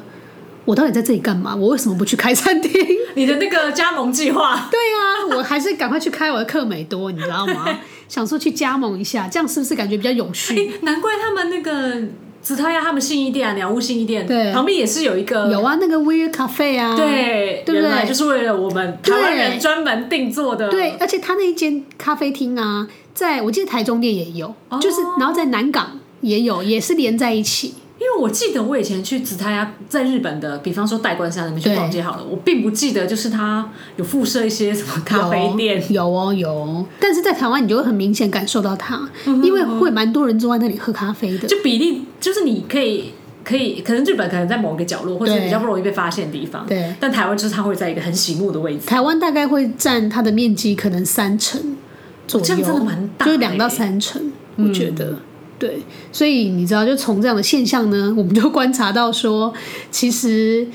S1: 我到底在这里干嘛？我为什么不去开餐厅？
S2: 你的那个加盟计划，
S1: 对啊，我还是赶快去开我的克美多，你知道吗？ 想说去加盟一下，这样是不是感觉比较永续？
S2: 诶哎难怪他们那个紫涛鸭他们信义店啊，鸟屋信义店，
S1: 对
S2: 旁边也是有一个
S1: 有啊，那个 Weird Cafe 啊，
S2: 对，
S1: 对不
S2: 原来
S1: 对？
S2: 就是为了我们台湾人专门定做的，
S1: 对，，而且他那一间咖啡厅啊，在我记得台中店也有，
S2: 哦
S1: 就是然后在南港也有，也是连在一起。
S2: 因为我记得我以前去紫泰呀，在日本的，比方说代官山那边去
S1: 对
S2: 逛街好了，我并不记得就是它有附设一些什么咖啡店，
S1: 有哦有哦，但是在台湾你就会很明显感受到它，
S2: 嗯
S1: 因为会蛮多人坐在那里喝咖啡的。
S2: 就比例就是你可以。可以，可能日本可能在某一个角落，或者
S1: 对
S2: 比较不容易被发现的地方。
S1: 对，
S2: 但台湾就是它会在一个很醒目的位置。
S1: 台湾大概会占它的面积可能三成左右，
S2: 哦这样真的蛮大
S1: 就
S2: 的嗯
S1: 是两到三成，我觉得。对，所以你知道，就从这样的现象呢，我们就观察到说，其实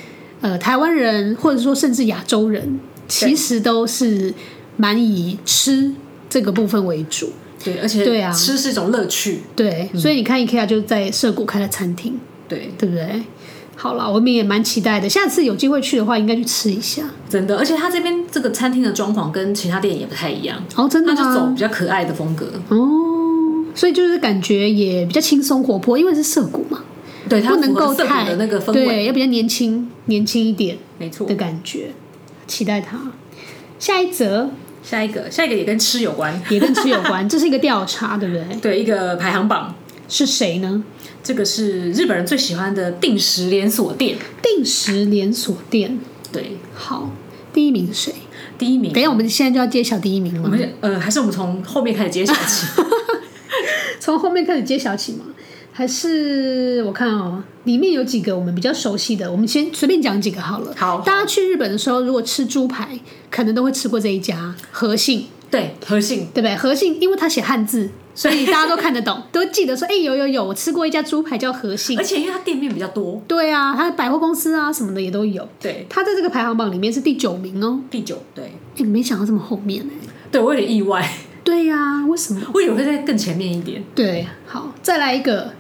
S1: 呃，台湾人或者说甚至亚洲人，其实都是蛮以吃这个部分为主。
S2: 对，而且
S1: 对啊
S2: 吃是一种乐趣。
S1: 对，
S2: 嗯
S1: 所以你看 IKEA 就在涩谷开了餐厅，
S2: 对，
S1: 对不对？好了，我们也蛮期待的，下次有机会去的话，应该去吃一下。
S2: 真的，而且它这边这个餐厅的装潢跟其他店也不太一样，
S1: 哦，真的
S2: 它就
S1: 吗？
S2: 走比较可爱的风格。
S1: 哦，所以就是感觉也比较轻松活泼，因为是涩谷嘛，
S2: 对，它
S1: 不能
S2: 符合
S1: 够
S2: 涩谷
S1: 太
S2: 的那个氛围，
S1: 对，要比较年轻年轻一点
S2: 没错
S1: 的。感觉，期待它。下一则
S2: 下一个，下一个也跟吃有关，
S1: 也跟吃有关，这是一个调查，对不对？
S2: 对，一个排行榜，
S1: 是谁呢？
S2: 这个是日本人最喜欢的定时连锁店。
S1: 定时连锁店，
S2: 对，
S1: 好，第一名是谁？
S2: 第一名
S1: 等，一下，我们现在就要揭晓第一名
S2: 我
S1: 了，
S2: 们呃，还是我们从后面开始 揭晓起。
S1: 从后面开始揭晓起吗？还是我看哦，里面有几个我们比较熟悉的，我们先随便讲几个好了。
S2: 好
S1: 大家去日本的时候，如果吃猪排，可能都会吃过这一家和信，
S2: 对，和信，
S1: 对不对？和信，因为它写汉字，所以大家都看得 懂，都记得说，哎、有有有，我吃过一家猪排叫和信
S2: 而。且因为它店面比较多，
S1: 对啊，它的百货公司啊什么的也都有。
S2: 对，
S1: 它在这个排行榜里面是第九名哦，
S2: 第九，对，
S1: 哎，没想到这么后面哎、
S2: 对我有点意外，
S1: 对呀、为什么？
S2: 我以为会在更前面一点。
S1: 对，好，再来一个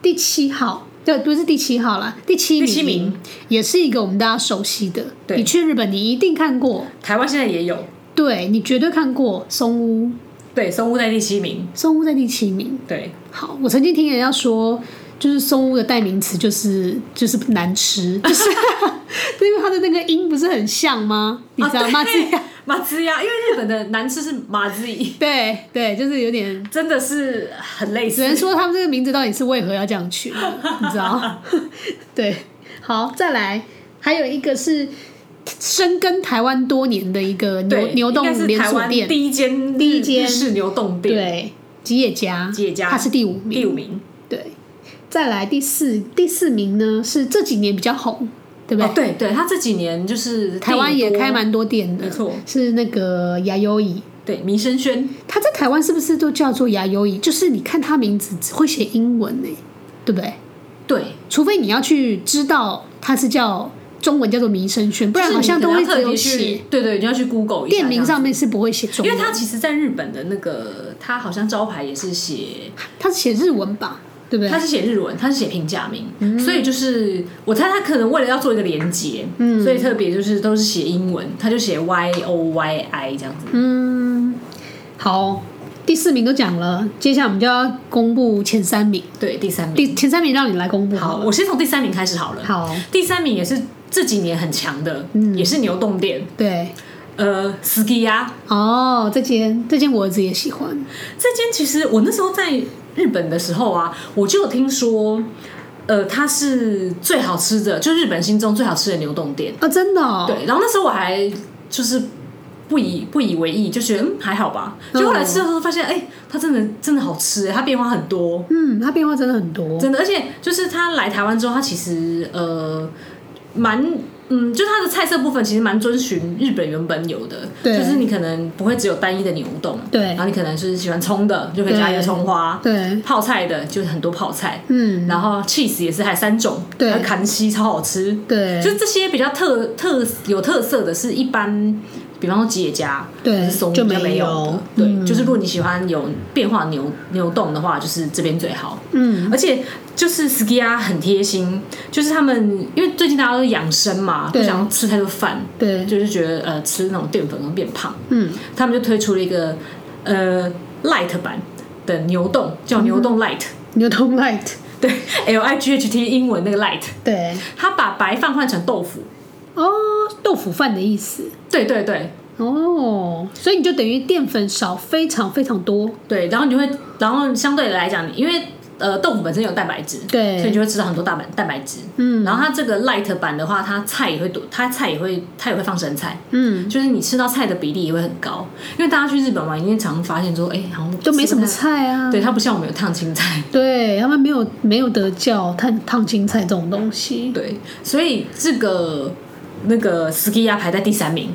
S1: 第七号，对，不是第七号啦，第七名，
S2: 第七名
S1: 也是一个我们大家熟悉的。
S2: 对
S1: 你去日本，你一定看过，
S2: 台湾现在也有，
S1: 对你绝对看过松屋，
S2: 对，松屋在第七名，
S1: 松屋在第七名。
S2: 对，
S1: 好，我曾经听人家说，就是松屋的代名词就是就是难吃， 就是因为它的那个音不是很像吗？
S2: 哦
S1: 你知道吗？自己
S2: 马兹呀，因为日本的难吃是马兹伊，
S1: 对对，就是有点
S2: 真的是很类
S1: 只
S2: 似
S1: 能。说他们这个名字到底是为何要这样取 呢，你知道？ 对，好，再来，还有一个是深耕台湾多年的一个牛
S2: 对，
S1: 牛
S2: 应该
S1: 洞
S2: 是
S1: 连
S2: 台
S1: 锁
S2: 湾
S1: 店，
S2: 第一间
S1: 第一
S2: 日
S1: 间
S2: 日式牛洞店，
S1: 对，吉野家，
S2: 吉野家
S1: 它是第五名，
S2: 第五名。
S1: 对。再来第四第四名呢是这几年比较红，对不对？
S2: 哦，对对，他这几年就是
S1: 台湾也
S2: 店多
S1: 开蛮多店的，
S2: 没错
S1: 是那个牙优椅。
S2: 对民生轩，
S1: 它在台湾是不是都叫做牙优椅？就是你看它名字只会写英文呢、对不对？
S2: 对，
S1: 除非你要去知道它是叫中文叫做民生轩，不然好像都会
S2: 就
S1: 只
S2: 是你可能要特
S1: 有
S2: 别去
S1: 写，
S2: 对对，你要去 Google 一下
S1: 店名上面是不会写
S2: 这
S1: 中
S2: 样子，因
S1: 文，
S2: 为它其实在日本的那个，它好像招牌也是写，
S1: 它是写日文吧，对不对嗯
S2: 它？是写日文，它是写平假名，所以就是我猜它可能为了要做一个连接，嗯，所以特别就是都是写英文，它就写 Y O Y I 这样子，
S1: 嗯，好，第四名都讲了，接下来我们就要公布前三名，
S2: 对，第三名。
S1: 第前三名让你来公布
S2: 好，
S1: 了
S2: 我先从第三名开始好了。
S1: 好，嗯
S2: 第三名也是这几年很强的，也是牛洞店，
S1: 对，
S2: 呃，Ski 呀，
S1: 哦，这间这间我儿子也喜欢，
S2: 这间其实我那时候在日本的时候啊，我就有听说，呃，它是最好吃的，就日本心中最好吃的牛洞店。
S1: 哦，真的、哦，
S2: 对，然后那时候我还就是不以不以为意，就觉得嗯还好吧。就后来吃的时候发现，哎、它真的真的好吃、哎它变化很多，
S1: 嗯，它变化真的很多，
S2: 真的。而且就是它来台湾之后，它其实呃蛮。嗯，就它的菜色部分其实蛮遵循日本原本有的，
S1: 对
S2: 就是你可能不会只有单一的牛冻，
S1: 对
S2: 然后你可能是喜欢葱的，就可以加一个葱花，
S1: 对，
S2: 泡菜的就是很多泡菜，
S1: 嗯，
S2: 然后 cheese 也是还三种，
S1: 对
S2: 还有砍西超好吃，
S1: 对，
S2: 就是这些比较特特有特色的，是一般比方说吉野家，
S1: 对
S2: 就是松
S1: 就
S2: 比较
S1: 没
S2: 没有
S1: 有嗯
S2: 的，对，就是如果你喜欢有变化牛牛洞的话，就是这边最好。嗯，而且就是 Skia 很贴心，就是他们因为最近大家都养生嘛，
S1: 对
S2: 不想要吃太多饭，
S1: 对，
S2: 就是觉得呃吃那种淀粉能变胖，
S1: 嗯，
S2: 他们就推出了一个呃 light 版的牛洞，叫
S1: 嗯
S2: 牛洞 light，、
S1: 牛通 light，
S2: 对，L I G H T 英文那个 light，
S1: 对，
S2: 他把白饭换成豆腐，
S1: 哦，豆腐饭的意思，
S2: 对对对
S1: 哦，所以你就等于淀粉少非常非常多，
S2: 对，然后你会，然后相对来讲，因为呃豆腐本身有蛋白质，
S1: 对
S2: 所以你就会吃到很多蛋白蛋白质，
S1: 嗯
S2: 然后它这个 light 版的话，它菜也会多，它菜也会它也会放生菜，
S1: 嗯，
S2: 就是你吃到菜的比例也会很高，因为大家去日本玩，一定常发现说，哎，好像
S1: 就没什么
S2: 吃
S1: 菜啊，
S2: 不太，对，它不像我们有烫青菜。
S1: 对他们没有没有得叫烫烫青菜这种东西，
S2: 对，所以这个那个 ski 鸭排在第三名，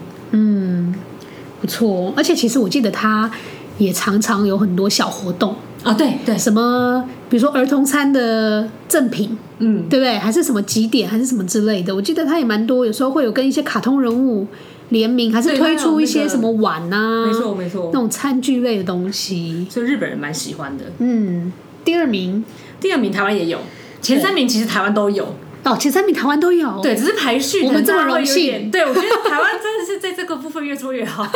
S1: 不错。哦而且其实我记得他也常常有很多小活动，
S2: 啊，对对，
S1: 什么比如说儿童餐的赠品，
S2: 嗯，
S1: 对不对？还是什么几点，还是什么之类的。我记得他也蛮多，有时候会有跟一些卡通人物联名，还是
S2: 对
S1: 推
S2: 它有
S1: 出一
S2: 那
S1: 些
S2: 个
S1: 什么碗呐、
S2: 没错没
S1: 那
S2: 错，
S1: 种餐具类的东西。
S2: 所以日本人蛮喜欢的。
S1: 嗯，第二名
S2: 第二名台湾也有，前三名其实台湾都有，
S1: 哦，前三名台湾都有。，
S2: 对，只是排序
S1: 我们这么荣幸
S2: 可能大家会有点对我觉得台湾真的是在这个部分越做越好。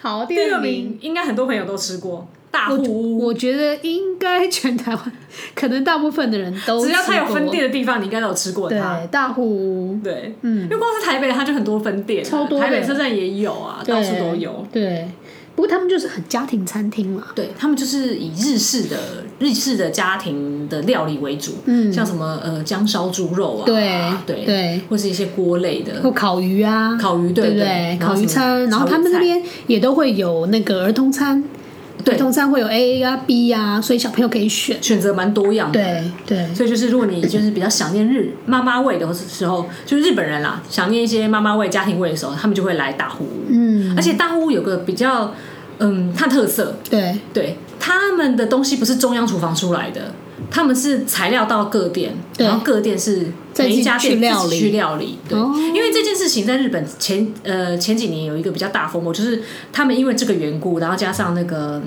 S1: 好， 第
S2: 第
S1: 二
S2: 二
S1: 名。
S2: 名应该很多朋友都吃过大
S1: 我
S2: 户屋，
S1: 我觉得应该全台湾， 可能大部分的人都
S2: 只要它有
S1: 吃过
S2: 分店的地方，你应该都有吃过它。
S1: 对大户
S2: 对，
S1: 嗯
S2: 因为光是台北它就很多分店啊，
S1: 超多的
S2: 台北车站也有啊，到处都有。。
S1: 对对，不过他们就是很家庭餐厅嘛。
S2: 对他们就是以日式的日式的家庭的料理为主，
S1: 嗯
S2: 像什么呃姜烧猪肉啊，
S1: 对
S2: 对
S1: 对
S2: 或是一些锅类的
S1: 或烤鱼啊，
S2: 烤鱼，
S1: 对
S2: 对
S1: 不
S2: 对，
S1: 烤鱼餐，然
S2: 然
S1: 后
S2: 后什么
S1: 他们那边也都会有那个儿童餐，
S2: 对
S1: 儿童餐会有 A A 啊 B 啊，所以小朋友可以选。
S2: 选择蛮多样的。
S1: 对对，
S2: 所以就是，如果你就是比较想念日妈妈味的时候，就是日本人啦，想念一些妈妈味、家庭味的时候，他们就会来大户屋。
S1: 嗯，
S2: 而且大户屋有个比较，嗯，它特色，
S1: 对
S2: 对，他们的东西不是中央厨房出来的，他们是材料到各店，
S1: 对
S2: 然后各店是每一
S1: 再
S2: 家
S1: 自己去
S2: 店
S1: 料理
S2: 自己去料理。对，
S1: 哦
S2: 因为这件事情在日本前呃前几年有一个比较大风波，就是他们因为这个缘故，然后加上那个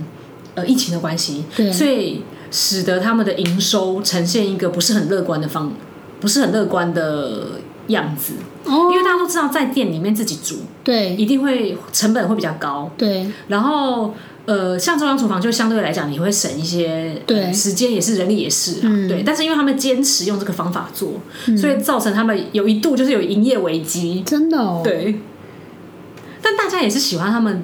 S2: 呃疫情的关系
S1: 对，
S2: 所以使得他们的营收呈现一个不是很乐观的方，不是很乐观的样子。
S1: 哦
S2: 因，为大家都知道，在店里面自己煮
S1: 对
S2: 一定会成本会比较高，
S1: 对
S2: 然后呃，像中央厨房就相对来讲，你会省一些呃
S1: 对
S2: 时间，也是人力也是、啊
S1: 嗯
S2: 对。但是因为他们坚持用这个方法做，所以造成他们有一度就是有营业危机。
S1: 真的哦，
S2: 对，但大家也是喜欢他们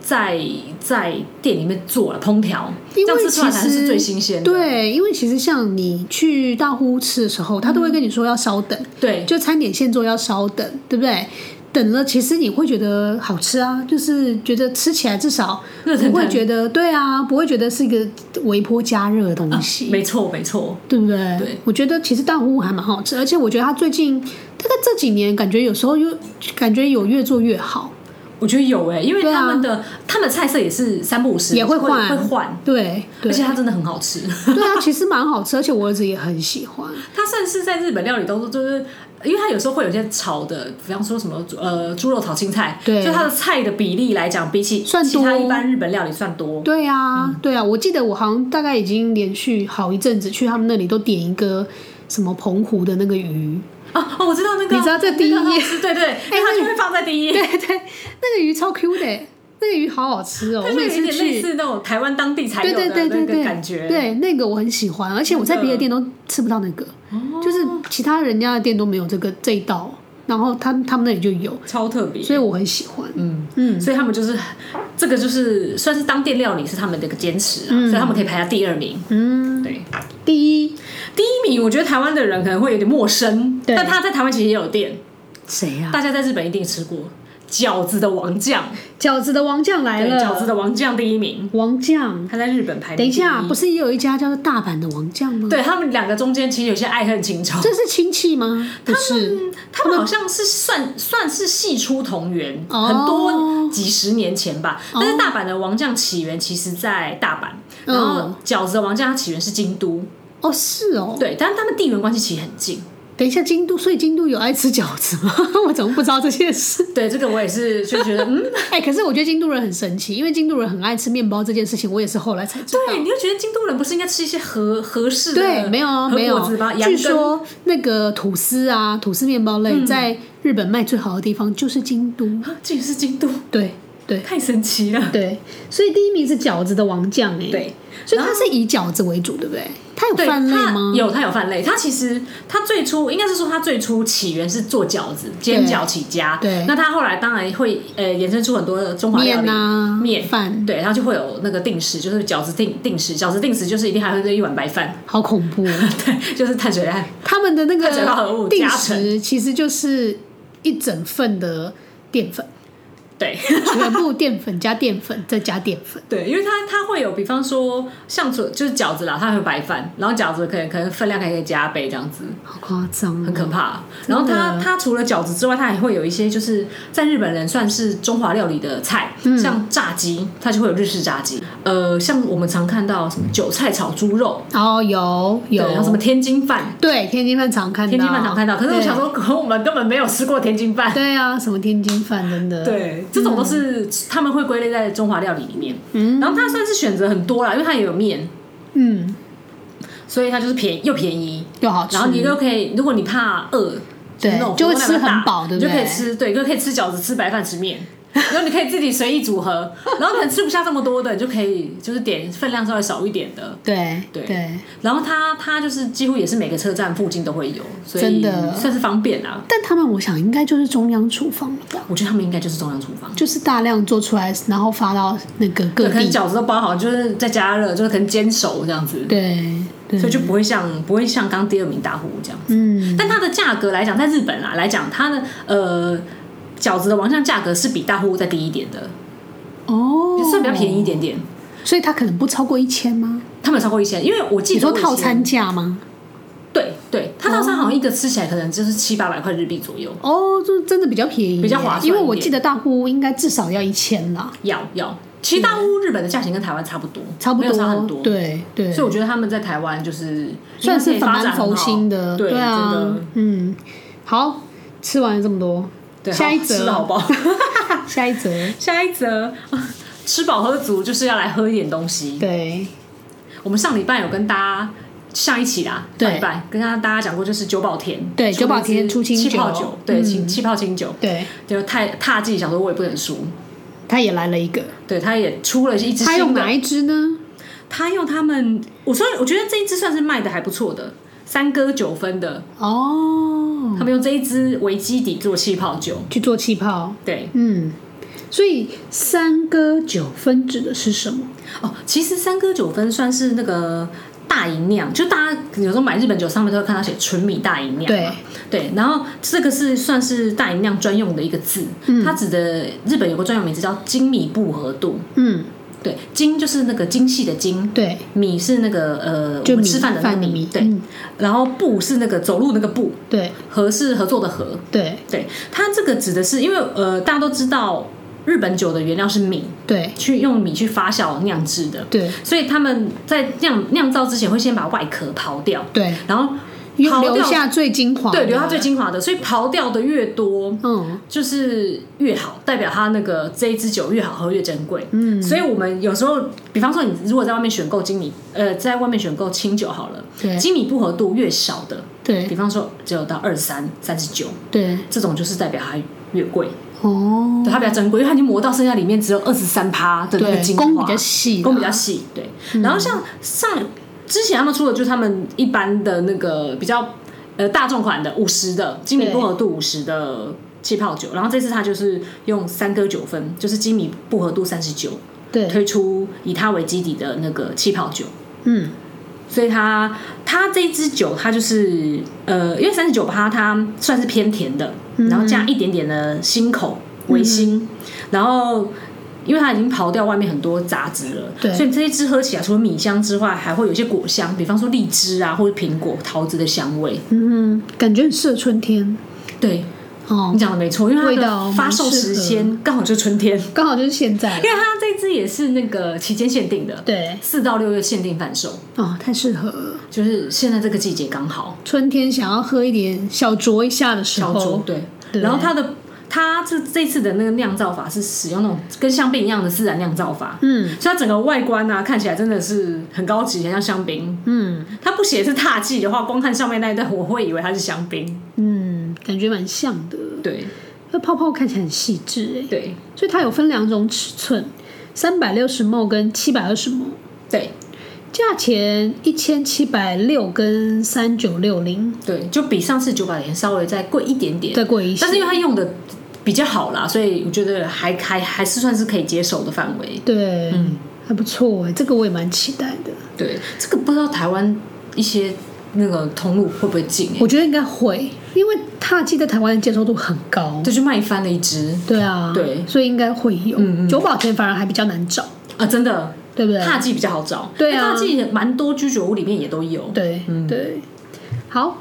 S2: 在在店里面做了烹调，这
S1: 因
S2: 样
S1: 为
S2: 吃出来
S1: 其
S2: 才
S1: 实
S2: 是最新鲜的。
S1: 对，因为其实像你去大户吃的时候，他都会跟你说要稍等，
S2: 对
S1: 就餐点现做要稍等，对不对？等了，其实你会觉得好吃啊，就是觉得吃起来至少
S2: 热腾腾
S1: 不会觉得对啊，不会觉得是一个微波加热的东西，
S2: 啊没错没错，
S1: 对不对？
S2: 嗯对
S1: 我觉得其实大糊糊还蛮好吃，而且我觉得它最近大概这几年感觉有时候又感觉有越做越好，
S2: 我觉得有哎、因为
S1: 对啊
S2: 他们的、他们的菜色也是三不五十
S1: 也会换
S2: 会换，
S1: 对
S2: 而
S1: 对
S2: 且它真的很好吃。
S1: 对啊，其实蛮好吃，而且我儿子也很喜欢。
S2: 它算是在日本料理当中，就是因为它有时候会有一些炒的，比方说什么呃猪肉炒青菜，
S1: 对
S2: 就它的菜的比例来讲，比起
S1: 算
S2: 其他
S1: 多
S2: 一般日本料理算多。
S1: 对
S2: 嗯
S1: 啊，对啊，我记得我好像大概已经连续好一阵子去他们那里都点一个什么澎湖的那个 鱼，
S2: 啊哦，我知道那个，
S1: 你知道这第一哎
S2: 那个好吃对对，因为它就会放在第一，
S1: 对对，那个鱼超 Q 的欸，那个鱼好好吃哦、
S2: 它
S1: 我
S2: 就
S1: 每
S2: 有一
S1: 次
S2: 点类
S1: 去，
S2: 似那种台湾当地才
S1: 对
S2: 有的
S1: 对对对
S2: 那
S1: 对，
S2: 个感觉。嗯
S1: 对那个我很喜欢，而且我在别的店都吃不到那个，
S2: 哦
S1: 就是其他人家的店都没有这个这一道，然后他他们那里就有，
S2: 超特别，
S1: 所以我很喜欢。
S2: 嗯
S1: 嗯，
S2: 所以他们就是这个就是算是当店料理是他们的一个坚持啊，所以他们可以排在第二名。
S1: 嗯，
S2: 对，
S1: 第一
S2: 第一名我觉得台湾的人可能会有点陌生，
S1: 对
S2: 但他在台湾其实也有店，
S1: 谁啊？
S2: 大家在日本一定吃过饺子的王酱，
S1: 饺子的王酱来
S2: 对，
S1: 了，
S2: 饺子的王酱第一名，
S1: 王酱。
S2: 他在日本排名
S1: 等一下，
S2: 第
S1: 不是也有一家叫做大阪的王酱吗？
S2: 对他们两个中间其实有些爱恨情仇，
S1: 这是亲戚吗？不是，
S2: 他们好像是算算是系出同源，
S1: 哦
S2: 很多几十年前吧。
S1: 哦
S2: 但是大阪的王酱起源其实在大阪，
S1: 嗯
S2: 然后饺子的王酱它起源是京都，
S1: 哦，是哦，
S2: 对，但是他们地缘关系其实很近，
S1: 等一下，京都，所以京都有爱吃饺子吗？ 我怎么不知道这件事？
S2: 对，这个我也是就 觉得，嗯，
S1: 哎、可是我觉得京都人很神奇，因为京都人很爱吃面包这件事情，我也是后来才知道。
S2: 对，你就觉得京都人不是应该吃一些合合适的
S1: 对，没有啊，
S2: 和
S1: 没有
S2: 果子吗？。羊
S1: 据
S2: 羹嗯
S1: 说那个吐司啊，吐司面包类、在日本卖最好的地方就是京都。
S2: 啊，这也是京都，
S1: 对对
S2: 太神奇了。
S1: 对，所以第一名是饺子的王酱哎、
S2: 对，
S1: 所以它是以饺子为主，对不对？它有
S2: 对，
S1: 饭类吗
S2: 它？有，它有饭类。它其实它最初应该是说它最初起源是做饺子、煎饺起家。
S1: 对
S2: 那它后来当然会呃衍生出很多的中华料
S1: 面
S2: 理
S1: 啊，
S2: 面
S1: 饭，
S2: 对，它就会有那个定时，就是饺子定定时，饺子定时就是一定还会有一碗白饭，
S1: 好恐怖、哦。
S2: 对，就是碳水量。
S1: 他们的那
S2: 碳水化合
S1: 个
S2: 物
S1: 定
S2: 加成
S1: 时其实就是一整份的淀 粉，
S2: 对
S1: 全部淀粉加淀粉再加淀粉。
S2: 对，因为它它会有，比方说像做就是饺子啦，它会有白饭，然后饺子可能可能分量还可以加倍这样子。
S1: 好夸张、哦，
S2: 很可怕。
S1: 真的
S2: 然后它它除了饺子之外，它还会有一些就是在日本人算是中华料理的菜，
S1: 嗯
S2: 像炸鸡，它就会有日式炸鸡。呃，像我们常看到什么韭菜炒猪肉，
S1: 哦，有有
S2: 对，然后什么天津饭，
S1: 对天津饭常看到，
S2: 天津饭常看到。可是我
S1: 对
S2: 想，说，可能我们根本没有吃过天津 饭。
S1: 对啊，什么天津饭真的，
S2: 对，这种都是他们会归类在中华料理里面。
S1: 嗯
S2: 然后它算是选择很多啦，因为它也有面，
S1: 嗯，
S2: 所以它就是便宜又便宜，
S1: 又好吃，
S2: 然后你就可以，如果你怕饿，
S1: 对
S2: 就是那种
S1: 就会
S2: 火锅量
S1: 吃很
S2: 大
S1: 饱对
S2: 你
S1: 不
S2: 就可以
S1: 对
S2: 吃，对，就可以吃饺子、吃白饭、吃 面，然后你可以自己随意组合，然后可能吃不下这么多的，你就可以就是点分量稍微少一点的。
S1: 对
S2: 对
S1: 对，
S2: 然后它它就是几乎也是每个车站附近都会有，所以
S1: 真的
S2: 算是方便啊。
S1: 但他们我想应该就是中央厨房了吧，
S2: 我觉得他们应该就是中央厨房，
S1: 就是大量做出来，然后发到那个各
S2: 对，可能
S1: 地，
S2: 饺子都包好，就是再加热，就是可能煎熟这样子，
S1: 对对，
S2: 所以就不会像不会像刚第二名大户这样。
S1: 嗯，
S2: 但它的价格来讲，在日本啊来讲，它的呃饺子的王酱价格是比大户再低一点的，
S1: 哦，
S2: 算比较便宜一，点点。
S1: 所以它可能不超过一千吗？
S2: 他们有超过一千，因为我记
S1: 你
S2: 得
S1: 说
S2: 我以前
S1: 套餐，价吗？
S2: 对对，它套餐好像一个吃起来可能就是七八百块日币左右。
S1: 哦，就真的比较便宜，
S2: 比较划算一点
S1: 因为我记得大户应该至少要一千啦，
S2: 要要，其实大屋日本的价钱跟台湾差不多，
S1: 差不
S2: 没有差很
S1: 多，
S2: 多。
S1: 对对，
S2: 所以我觉得他们在台湾就是
S1: 算是
S2: 应该可以
S1: 反
S2: 发展
S1: 蛮
S2: 很
S1: 佛
S2: 好
S1: 心的，
S2: 对真
S1: 啊
S2: 的，
S1: 嗯，好，吃完了这么多，
S2: 对
S1: 下
S2: 好
S1: 一则
S2: 吃得好不好？
S1: 下一则，
S2: 下一则， 吃饱喝足就是要来喝一点东西。
S1: 对，
S2: 我们上礼拜有跟大家上一期啦，
S1: 对
S2: 上礼拜跟大家讲过，就是九宝田，
S1: 对
S2: 出
S1: 久保田
S2: 了一支
S1: 出清酒
S2: 气泡酒，对，
S1: 嗯
S2: 清气泡清酒，
S1: 对，
S2: 就太踏进想说我也不能输，
S1: 他也来了一个，
S2: 对，他也出了一支
S1: 他用
S2: 新
S1: 哪
S2: 的，
S1: 一支呢？
S2: 他用他们，我说我觉得这一支算是卖的还不错的，三哥九分的，
S1: 哦，
S2: 他们用这一支为基底做气泡酒，
S1: 去做气泡，
S2: 对，
S1: 嗯，所以三哥九分指的是什么？
S2: 哦，其实三哥九分算是那个。大吟酿，就大家有时候买日本酒，上面都会看到写“纯米大吟酿”。
S1: 对，
S2: 对，然后这个是算是大吟酿专用的一个字，
S1: 嗯
S2: 它指的日本有个专用名字叫精米不合度。
S1: 嗯，
S2: 对，精就是那个精细的精，
S1: 对，
S2: 米是那个呃
S1: 就
S2: 我们
S1: 米
S2: 吃饭的那个
S1: 饭的
S2: 米，
S1: 米
S2: 对，
S1: 嗯
S2: 然后步是那个走路那个步，
S1: 对
S2: 合是合作的合。
S1: 对
S2: 对，它这个指的是因为呃大家都知道日本酒的原料是米，
S1: 对
S2: 去用米去发酵酿制的，
S1: 对
S2: 所以他们在酿酿造之前会先把外壳刨掉，
S1: 对，
S2: 然后
S1: 留
S2: 刨掉
S1: 留下最精华，
S2: 对留下最，精华的，所以刨掉的越多，
S1: 嗯，
S2: 就是越好，代表它那个这一支酒越好喝越珍贵。嗯，所以我们有时候，比方说你如果在外面选购精米，呃，在外面选购清酒好了，
S1: 对
S2: 精米不合度越少的，比
S1: 对
S2: 方说只有到二三、三十九，
S1: 对，
S2: 这种就是代表它越贵，
S1: 哦，
S2: 对，它比较珍贵，因为它已经磨到剩下里面只有二十三趴的那个
S1: 对，
S2: 精华，
S1: 弓比较细啦，啊
S2: 工比较细，对。
S1: 嗯
S2: 然后像上之前他们出的就是他们一般的那个比较呃大众款的五十的精米
S1: 对
S2: 不合度五十的气泡酒，然后这次它就是用三哥九分，就是精米不合度三十九
S1: 对，
S2: 推出以它为基底的那个气泡酒。
S1: 嗯，
S2: 所以它它这支酒它就是呃，因为三十九趴它算是偏甜的，
S1: 嗯
S2: 然后加一点点的辛口微辛，然后因为它已经刨掉外面很多杂质了，
S1: 对
S2: 所以这一支喝起来除了米香之外，还会有一些果香，比方说荔枝啊或者苹果、桃子的香味。
S1: 嗯嗯，感觉很适合春天。
S2: 对，
S1: 哦
S2: 你，讲的没错，因为
S1: 味
S2: 它
S1: 道
S2: 的
S1: 蛮
S2: 发售时
S1: 适
S2: 间刚好就是春天，因
S1: 刚好就是现在了。
S2: 为它这支也是那个期间限定的，
S1: 对，
S2: 四到六月限定贩售，
S1: 哦，太适合了。
S2: 就是现在这个季节刚好
S1: 春天想要喝一点小酌一下的时
S2: 小
S1: 候
S2: 酌，，哦对。
S1: 对
S2: 然后它的它这这次的那个酿造法是使用那种跟香槟一样的自然酿造法，
S1: 嗯
S2: 所以它整个外观啊看起来真的是很高级，很像香槟。
S1: 嗯
S2: 它不写是踏迹的话，光看上面那一段，我会以为它是香槟。
S1: 嗯，感觉蛮像的。
S2: 对
S1: 那泡泡看起来很细致哎，
S2: 对
S1: 所以它有分两种尺寸，三百六十 ml 跟七百二十 ml，
S2: 对
S1: 价钱一千七百六跟三九六零，
S2: 对，就比上次九百年稍微再贵一点点，
S1: 再贵一些
S2: 但。是因为它用的比较好啦，所以我觉得还还还是算是可以接受的范围。
S1: 对，
S2: 嗯
S1: 还不错哎，这个我也蛮期待的。
S2: 对，这个不知道台湾一些那个通路会不会进、欸，
S1: 我觉得应该会，因为踏迹在台湾的接受度很高。
S2: 这就卖翻了一只
S1: 对啊，
S2: 对
S1: 所以应该会有。
S2: 嗯嗯
S1: 九保田反而还比较难找，
S2: 啊，真的。
S1: 对不对？
S2: 踏迹比较好找，
S1: 对啊
S2: 因为踏迹也蛮多居酒屋里面也都有，
S1: 对、对，好。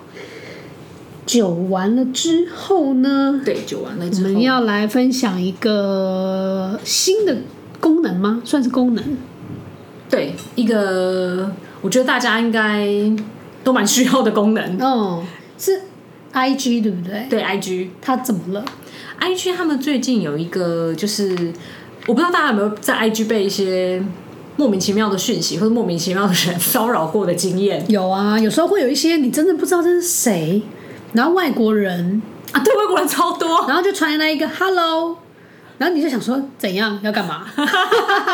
S1: 酒完了之后呢，
S2: 对，酒啊完了
S1: 我
S2: 之后
S1: 们，要来分享一个新的功能吗？算是功能，
S2: 对一个我觉得大家应该都蛮需要的功能，
S1: 哦，是 I G 对不对？
S2: 对 IG，
S1: 它怎么了？
S2: IG 他们最近有一个，就是我不知道大家有没有在 IG 被一些莫名其妙的讯息或者莫名其妙的人骚扰过的经验
S1: 有啊，有时候会有一些你真的不知道这是谁，然后外国人，
S2: 啊？对，外国人超多，
S1: 然后就传来一个 Hello，然后你就想说怎样要干嘛？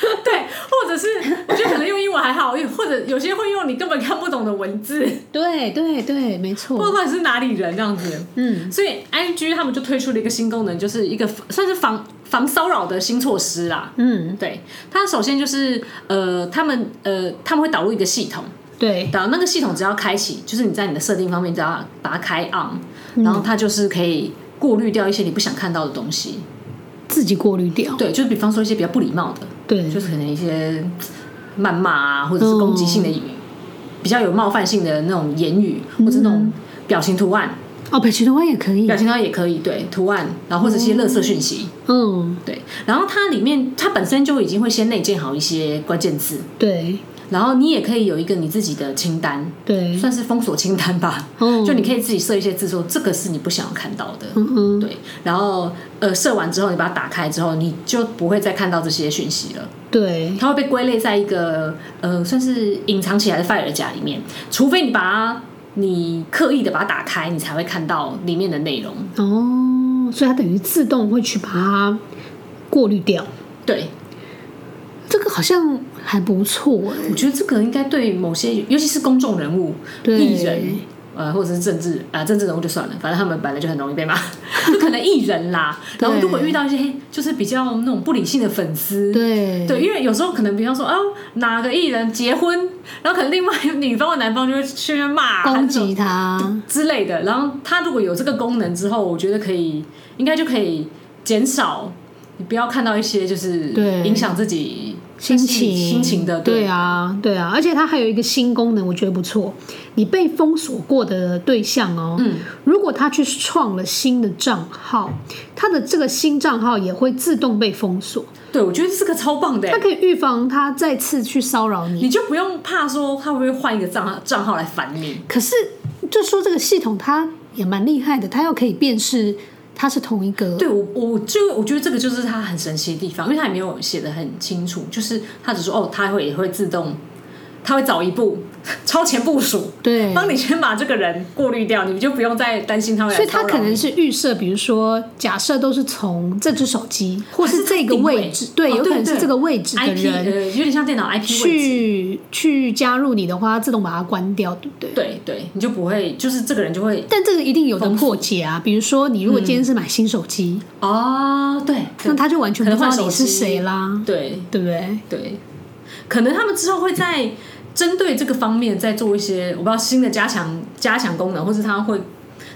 S2: 对，或者是我觉得可能用英文还好，或者有些会用你根本看不懂的文字，
S1: 对对对，没
S2: 不
S1: 错，
S2: 管是哪里人这样子。
S1: 嗯，
S2: 所以 IG 他们就推出了一个新功能，就是一个算是防防骚扰的新措施啦。
S1: 嗯，
S2: 对，它首先就是呃，他们呃，他们会导入一个系统，
S1: 对，
S2: 然后那个系统只要开启，就是你在你的设定方面只要把它开 on，然后它就是可以过滤掉一些你不想看到的东西。
S1: 自己过滤掉，
S2: 对，就是比方说一些比较不礼貌的，
S1: 对
S2: 就是可能一些嗯谩骂啊，或者是攻击性的语，比较有冒犯性的那种言语，或者是那种表情图案，
S1: 哦，北极的湾也可以
S2: 表，情图案也可以，对，图案，然后或者是一些垃圾讯息。
S1: 嗯，
S2: 对，然后它里面它本身就已经会先内建好一些关键字，
S1: 对
S2: 然后你也可以有一个你自己的清单，
S1: 对，
S2: 算是封锁清单吧。
S1: 嗯
S2: 就你可以自己设一些字说，这个是你不想要看到的。
S1: 嗯嗯，
S2: 对，然后呃，设完之后，你把它打开之后，你就不会再看到这些讯息了。
S1: 对，
S2: 它会被归类在一个呃，算是隐藏起来的 file 夹里面，除非你把它你刻意的把它打开，你才会看到里面的内容。
S1: 哦，所以它等于自动会去把它过滤掉，
S2: 对，
S1: 这个好像还不错哎、
S2: 我觉得这个应该对某些，尤其是公众人物、
S1: 对
S2: 艺人，呃，或者是政治啊、政治人物就算了，反正他们本来就很容易被骂， 就可能艺人啦。 然后
S1: 对
S2: 如果遇到一些就是比较那种不理性的粉丝，
S1: 对
S2: 对，因为有时候可能比方说哦，哪个艺人结婚，然后可能另外女方或男方就会去那边骂、
S1: 攻击它，
S2: 之类的。然后他如果有这个功能之后，我觉得可以，应该就可以减少你不要看到一些就是
S1: 对
S2: 影响自己
S1: 心情
S2: 心情的
S1: 对啊，对啊，而且它还有一个新功能，我觉得不错。你被封锁过的对象哦，
S2: 嗯，
S1: 如果他去创了新的账号，他的这个新账号也会自动被封锁，
S2: 对，我觉得这个超棒的
S1: 它
S2: 欸，
S1: 可以预防他再次去骚扰你。
S2: 你就不用怕说他会不会换一个账号账号来烦你。
S1: 可是就说这个系统它也蛮厉害的，它又可以辨识它是同一个，
S2: 对我，我就我觉得这个就是它很神奇的地方，因为它也没有写的很清楚，就是它只说哦，它会也会自动，它会早一步超前部署，
S1: 对
S2: 帮你先把这个人过滤掉，你就不用再担心他会来
S1: 所以
S2: 骚
S1: 它
S2: 扰
S1: 可能
S2: 你
S1: 是预设，比如说假设都是从这只手机或
S2: 还是
S1: 是这个
S2: 定位
S1: 位置，对，
S2: 哦
S1: 有
S2: 对
S1: 可能是
S2: 对
S1: 这个位置的
S2: IP
S1: 人
S2: 呃，有点像电脑 IP 位置。
S1: 去去加入你的话，它自动把它关掉，对不对？
S2: 对对，你就不会，就是这个人就会
S1: 但这个一定有的破解啊，比如说你如果今天是买新手机，
S2: 哦，对，
S1: 那
S2: 对
S1: 他就完全
S2: 可
S1: 不
S2: 能
S1: 知
S2: 换
S1: 道你
S2: 手
S1: 是
S2: 机
S1: 谁啦，
S2: 对
S1: 对不对？
S2: 对，可能他们之后会在针对这个方面再做一些，我不知道新的加强加强功能，或是他会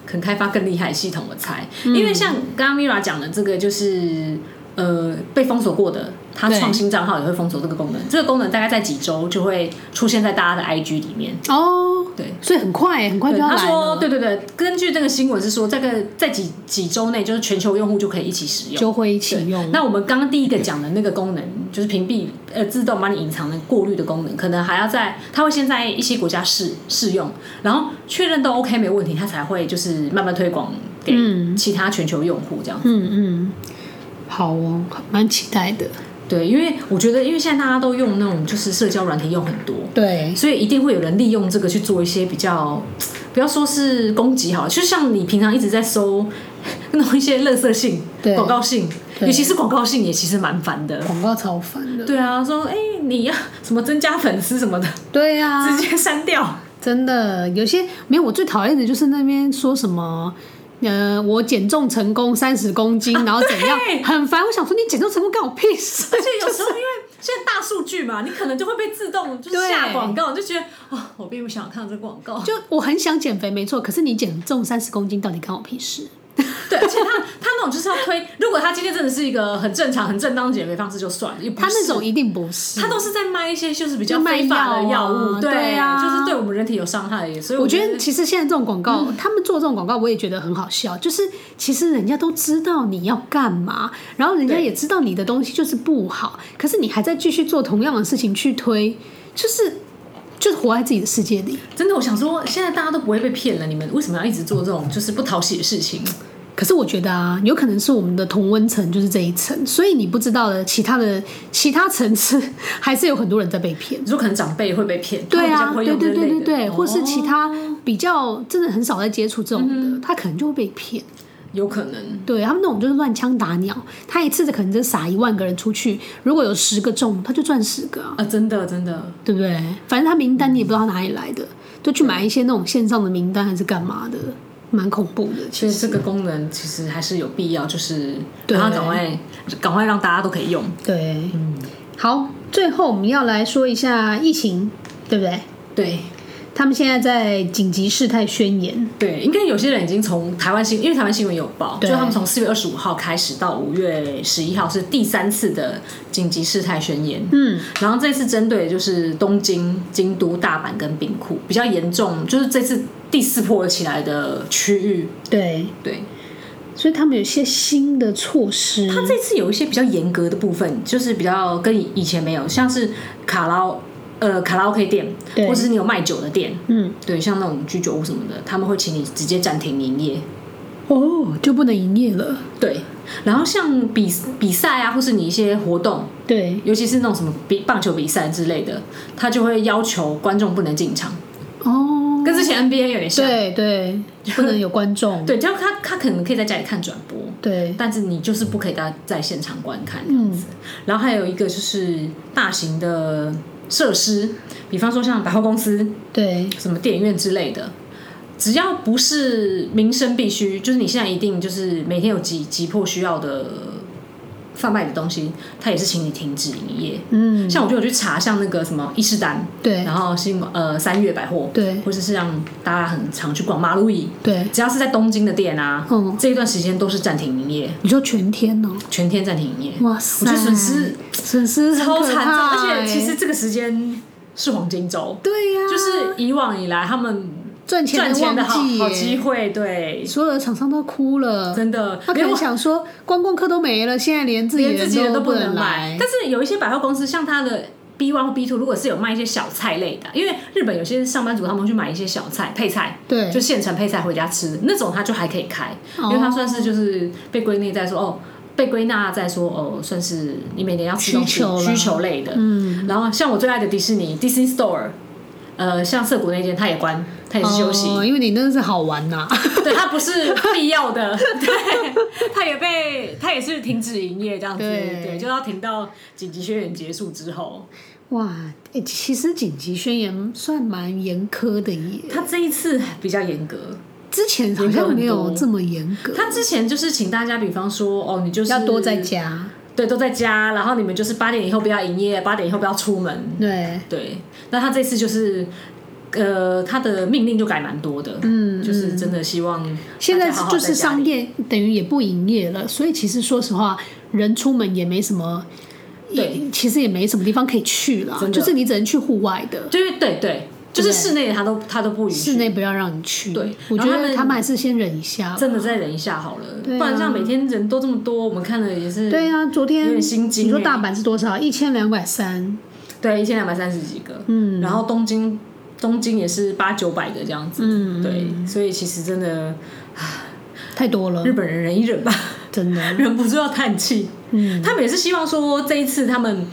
S2: 可能开发更厉害的系统，我猜。因为像刚刚 Mira 讲的这个，就是呃被封锁过的它
S1: 对
S2: 创新账号也会封锁这个功能。这个功能大概在几周就会出现在大家的 IG 里面。
S1: 哦，
S2: 对，
S1: 所以很快耶，很快就
S2: 对
S1: 要
S2: 他
S1: 来
S2: 说，
S1: 了，
S2: 对对对，根据这个新闻是说，这个在几几周内，就是全球用户就可以一起使用。
S1: 就会一起用。嗯
S2: 那我们刚刚第一个讲的那个功能，就是屏蔽呃自动帮你隐藏的过滤的功能，可能还要在它会先在一些国家试试用，然后确认都 OK 没问题，它才会就是慢慢推广给其他全球用户这样。
S1: 嗯嗯，好哦，蛮期待的。
S2: 对，因为我觉得，因为现在大家都用那种就是社交软体用很多，
S1: 对，
S2: 所以一定会有人利用这个去做一些比较，不要说是攻击好了，就像你平常一直在搜 那种一些垃圾信、
S1: 对
S2: 广告信，
S1: 对
S2: 尤其是广告信也其实蛮烦的。
S1: 广告超烦的。
S2: 对啊，说哎、你要 什么增加粉丝什么的，
S1: 对呀、
S2: 直接删
S1: 啊
S2: 掉。
S1: 真的有些没有。我最讨厌的就是那边说什么。呃，我减重成功三十公斤，然后怎样，
S2: 对
S1: 很烦。我想说，你减重成功干我屁 事！
S2: 而且有时候因为现在大数据嘛，你可能就会被自动就是
S1: 对
S2: 下广告，你就觉得哦，我并不想看这广告。
S1: 就我很想减肥，没错，可是你减重三十公斤到底干我屁事？
S2: 对，而且他他那种就是要推，如果他今天真的是一个很正常、很正当的减肥方式就算了，也不
S1: 他那
S2: 是
S1: 种一定不是。
S2: 他都是在卖一些就是比较
S1: 就卖
S2: 非法的
S1: 药
S2: 药
S1: 啊
S2: 物，
S1: 对啊
S2: 就是对我们人体有伤害的，嗯所以
S1: 我觉
S2: 觉
S1: 得其实现在这种广告，他们做这种广告，我也觉得很好笑。就是其实人家都知道你要干嘛，然后人家
S2: 对
S1: 也知道你的东西就是不好，可是你还在继续做同样的事情去推，就是就是活在自己的世界里。
S2: 真的，我想说，现在大家都不会被骗了，你们为什么要一直做这种就是不讨喜的事情？
S1: 可是我觉得啊，有可能是我们的同温层就是这一层，所以你不知道的其他的其他层次， 还是有很多人在被骗。
S2: 你说可能长辈会被骗，
S1: 对
S2: 他
S1: 啊，
S2: 们比较不会
S1: 对对
S2: 用这
S1: 对
S2: 类
S1: 对
S2: 的
S1: 对，或是其他
S2: 哦嗯
S1: 比较真的很少在接触这种的，他可能就会被骗。
S2: 有可能，
S1: 对他们那种就是乱枪打鸟，他一次可能就撒一万个人出去，如果有十个中，他就赚十个、啊，
S2: 啊，真的真的，
S1: 对不对？反正他名单你也不知道他哪里来的，就去买一些那种线上的名单还是干嘛的，蛮恐怖的。
S2: 其实这个功能其实还是有必要，就是
S1: 对
S2: 然后赶快赶快让大家都可以用。
S1: 对，好，最后我们要来说一下疫情，对不对？
S2: 对
S1: 他们现在在紧急事态宣言，
S2: 对，应该有些人已经从台湾新，因为台湾新闻有报，就
S1: 对
S2: 他们从四月二十五号开始到五月十一号是第三次的紧急事态宣言。
S1: 嗯，
S2: 然后这次针对就是东京、京都、大阪跟兵库比较严重，就是这次第四波起来的区域。
S1: 对，
S2: 对，
S1: 所以他们有一些新的措施，
S2: 它这次有一些比较严格的部分，就是比较跟以前没有，像是卡拉呃卡拉 OK 店，
S1: 对
S2: 或者是你有卖酒的店，
S1: 嗯，
S2: 对，像那种居酒屋什么的，他们会请你直接暂停营业。
S1: 哦，就不能营业了，
S2: 对，然后像比比赛啊，或是你一些活动，
S1: 对，
S2: 尤其是那种什么比棒球比赛之类的，他就会要求观众不能进场，
S1: 哦，
S2: 跟之前 NBA 有点像。
S1: 对对，不能有观 众。
S2: 对，这样他他可能可以在家里看转播，
S1: 对
S2: 但是你就是不可以在在现场观看。
S1: 嗯，
S2: 然后还有一个就是大型的设施，比方说像百货公司、
S1: 对
S2: 什么电影院之类的，只要不是民生必须，就是你现在一定就是每天有急急迫需要的贩卖的东西，它也是请你停止营业。
S1: 嗯，
S2: 像我就有去查，像那个什么伊势丹，
S1: 对
S2: 然后新呃三月百货，
S1: 对
S2: 或者是像大家很常去逛马路易，
S1: 对，
S2: 只要是在东京的店啊，
S1: 嗯
S2: 这一段时间都是暂停营业，
S1: 你说全天哦，
S2: 全天暂停营业。
S1: 哇塞，
S2: 我觉得损失
S1: 损失很
S2: 超
S1: 可
S2: 惨
S1: 怕
S2: 重，
S1: 欸
S2: 而且其实这个时间是黄金周，
S1: 对啊呀，
S2: 就是以往以来他们
S1: 赚钱
S2: 赚钱的
S1: 旺
S2: 好
S1: 季
S2: 好
S1: 耶
S2: 机会，对，
S1: 所有的厂商都哭了，
S2: 真的
S1: 他可
S2: 连
S1: 能
S2: 我
S1: 想说观光客都没了，现在连自己
S2: 连自己人
S1: 都
S2: 都不
S1: 能
S2: 能买。但是有一些百货公司，像它的 B one 或 B two，如果是有卖一些小菜类的，因为日本有些上班族他们会去买一些小菜配菜，
S1: 对
S2: 就现成配菜回家吃，那种它就还可以开，
S1: 哦
S2: 因为它算是就是被归类在说哦。被归纳在说哦，算是你每年要吃东西
S1: 需求啦
S2: 需求类的，嗯，然后像我最爱的迪士尼 Disney Store，呃，像涩谷那间它也关，它也是休息，
S1: 哦因为你那是好玩呐，
S2: 对，它不是必要的，对，它也被它也是停止营业这样子，
S1: 对
S2: 对，就要停到紧急宣言结束之后。
S1: 哇，哎，其实紧急宣言算蛮严苛的耶，
S2: 它这一次比较严格，
S1: 之前好
S2: 严格
S1: 像
S2: 很
S1: 没有
S2: 多
S1: 这么严格，
S2: 它之前就是请大家，比方说哦，你就是
S1: 要多在，家，
S2: 对，都在家，然后你们就是八点以后不要营业，八点以后不要出门，
S1: 对。
S2: 对。那它这次就是。呃，它的命令就改蛮多的，嗯，就是真的希望
S1: 嗯现在
S2: 大家好好
S1: 就是
S2: 在家里
S1: 商店等于也不营业了，所以其实说实话，人出门也没什么也其实也没什么地方可以去啦，
S2: 真的
S1: 就是你只能去户外的，
S2: 就是对对，就是室内的他都他都不允许，
S1: 室内不要让你去。
S2: 对
S1: 我觉
S2: 然后他
S1: 得
S2: 们
S1: 他们还是先忍一下。
S2: 真的再忍一下好了，
S1: 对啊
S2: 不然这样每天人都这么多，我们看了也是
S1: 对啊，昨
S2: 有
S1: 天
S2: 点心惊
S1: 你说
S2: 欸
S1: 大阪是多少？一千两百三。
S2: 对一千两百三十几个，
S1: 嗯，
S2: 然后东京东京也是八九百个这样子，
S1: 嗯
S2: 对，所以其实真的
S1: 太多了
S2: 日，本人忍一忍吧，
S1: 真的。
S2: 忍不住要叹气。
S1: 嗯，
S2: 他们也是希望说这一次他们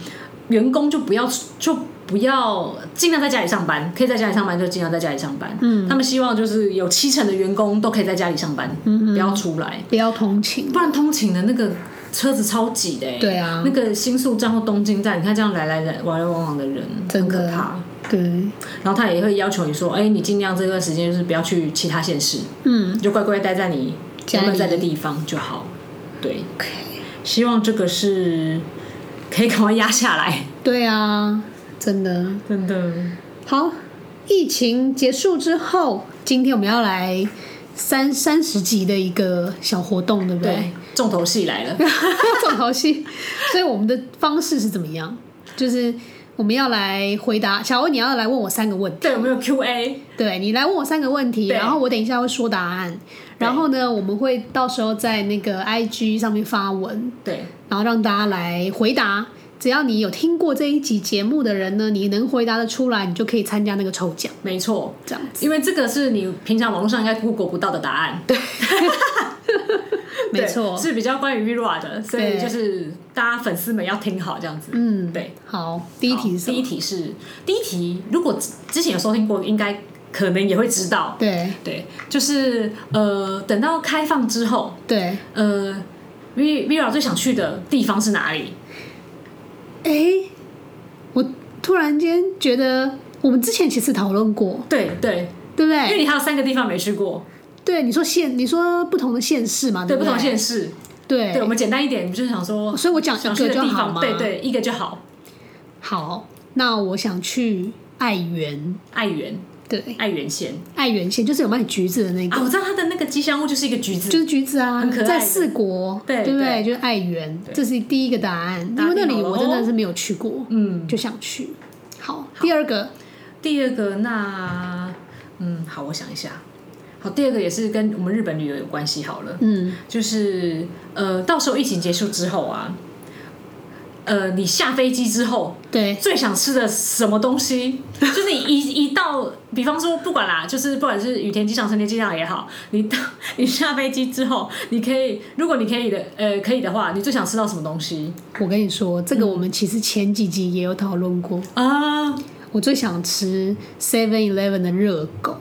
S2: 员工就不要就不要尽量在家里上班，可以在家里上班就尽量在家里上班。嗯，他们希望就是有七成的员工都可以在家里上班，
S1: 嗯
S2: 不要出来，
S1: 不要同情
S2: 不。然通勤的那个车子超挤的、欸。
S1: 对啊
S2: 那个新宿站或东京站，你看这样来来来来来往往的人，
S1: 真
S2: 很
S1: 的
S2: 可怕。
S1: 对，
S2: 然后他也会要求你说，哎、你尽量这段时间就是不要去其他县市，
S1: 嗯，
S2: 你就乖乖待在你
S1: 家
S2: 原本
S1: 里
S2: 在的地方就好。对，希望这个是可以赶快压下来。
S1: 对啊，真的。
S2: 真的，
S1: 好，疫情结束之后，今天我们要来三三十集的一个小活动，对不对？
S2: 对，重头戏来 了。
S1: 重头戏。所以我们的方式是怎么样？就是我们要来回答小欧，你要来问我三个问题，
S2: 对，有没有 Q&A？
S1: 对你来问我三个问题，
S2: 对
S1: 然后我等一下会说答案，然后呢，我们会到时候在那个 IG 上面发文，
S2: 对，
S1: 然后让大家来回答。只要你有听过这一集节目的人呢，你能回答的出来，你就可以参加那个抽奖，
S2: 没错，
S1: 这样子。
S2: 因为这个是你平常网络上应该 Google 不到的答案。对，
S1: 没错，
S2: 是比较关于 Vira 的，所以
S1: 对
S2: 就是大家粉丝们要听好这样子。
S1: 嗯，
S2: 对。
S1: 好，第一题是
S2: 第
S1: 什
S2: 一
S1: 么
S2: 题是第一题，如果之之前有收听过，应该可能也会知道。
S1: 对
S2: 对，就是呃，等到开放之后，
S1: 对，
S2: 呃，V Vira 最想去的地方是哪里？
S1: 哎，我突然间觉得我们之前其实讨论过，
S2: 对对，
S1: 对不
S2: 因为
S1: 对？
S2: 你还有三个地方没去过，
S1: 对，你说县，你说不同的县市嘛，
S2: 对
S1: 不
S2: 不同县
S1: 市，
S2: 市。
S1: 哦对
S2: 对，我们简单一点，就是想说
S1: 所以我讲
S2: 想
S1: 一
S2: 去
S1: 个
S2: 的
S1: 就
S2: 地
S1: 好
S2: 方，
S1: 嘛。
S2: 对，对，一个就好。
S1: 好，那我想去爱媛，
S2: 爱媛，
S1: 对，
S2: 爱媛县
S1: 爱媛县就是有卖橘子的那个，
S2: 啊，我知道它的那个吉祥物就是一个橘
S1: 就
S2: 子，
S1: 是橘子啊，
S2: 很可爱的
S1: 在四国，
S2: 对
S1: 不对？
S2: 对
S1: 就是爱媛，这是第一个答案，
S2: 答
S1: 因为
S2: 对
S1: 那里
S2: 好
S1: 我
S2: 了
S1: 真的
S2: 哦
S1: 是没有去过，
S2: 嗯。
S1: 就想去。好，第二个，
S2: 第二个那，嗯，好，我想一下。好，第二个也是跟我们日本旅游有关系。好了，
S1: 嗯，
S2: 就是呃，到时候疫情结束之后啊，呃，你下飞机之后
S1: 对，
S2: 最想吃的什么东西？就是你一一到，比方说不管啦，就是不管是羽田机场、成田机场也好，你到你下飞机之后，你可以，如果你可以的，呃，可以的话，你最想吃到什么东西
S1: 我跟你说，这
S2: 嗯
S1: 个我们其实前几集也有讨论过。
S2: 啊？
S1: 我最想吃 Seven Eleven 的热狗，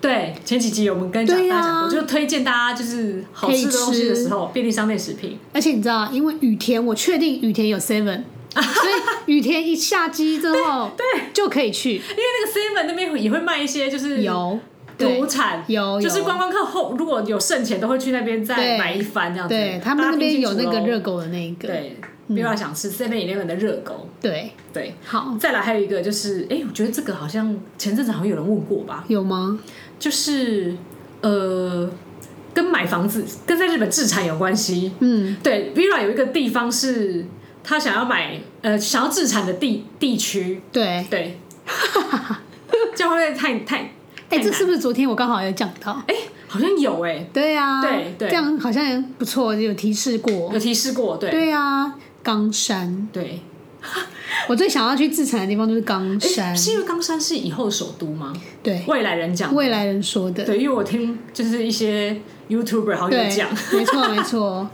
S2: 对，前几集我们跟大
S1: 对
S2: 家
S1: 呀
S2: 讲过，就推荐大家就是好吃的东西的时候，便利商店食品。
S1: 而且你知道，因为雨田，我确定雨田有 Seven，所以雨田一下机之后，对，就可以去
S2: 因为那个 Seven 那边也会卖一些就是
S1: 有对
S2: 土产，
S1: 有
S2: 就是
S1: 有
S2: 观光客后如果有剩钱都会去那边
S1: 对
S2: 再买一番这样子。
S1: 对他们那边有那
S2: 大家
S1: 个
S2: 听清
S1: 热
S2: 楚
S1: 狗的那
S2: 咯
S1: 个，
S2: 对，不
S1: 嗯
S2: 要想吃 Seven Eleven 的热狗。
S1: 对，
S2: 对，
S1: 好，
S2: 再来还有一个就是，哎、我觉得这个好像前阵子好像有人问过吧，
S1: 有吗？
S2: 就是呃，跟买房子跟在日本置产有关系。
S1: 嗯，
S2: 对，Vira 有一个地方是他想要买呃想要自产的地地区，
S1: 对，
S2: 对，这样会不会太太？
S1: 哎，
S2: 太
S1: 这
S2: 难
S1: 是不是昨天我刚好有讲到？
S2: 哎、好像有哎、
S1: 对啊，
S2: 对对
S1: 这样好像不错，有提示过
S2: 有，提示过，对
S1: 对啊，冈山，
S2: 对。
S1: 我最想要去自产的地方就是冈山
S2: 哎，，是因为冈山是以后首都吗？
S1: 对，
S2: 未来人讲，
S1: 未来人说的，
S2: 对，因为我听就是一些 YouTuber 好像有讲，
S1: 没错没错。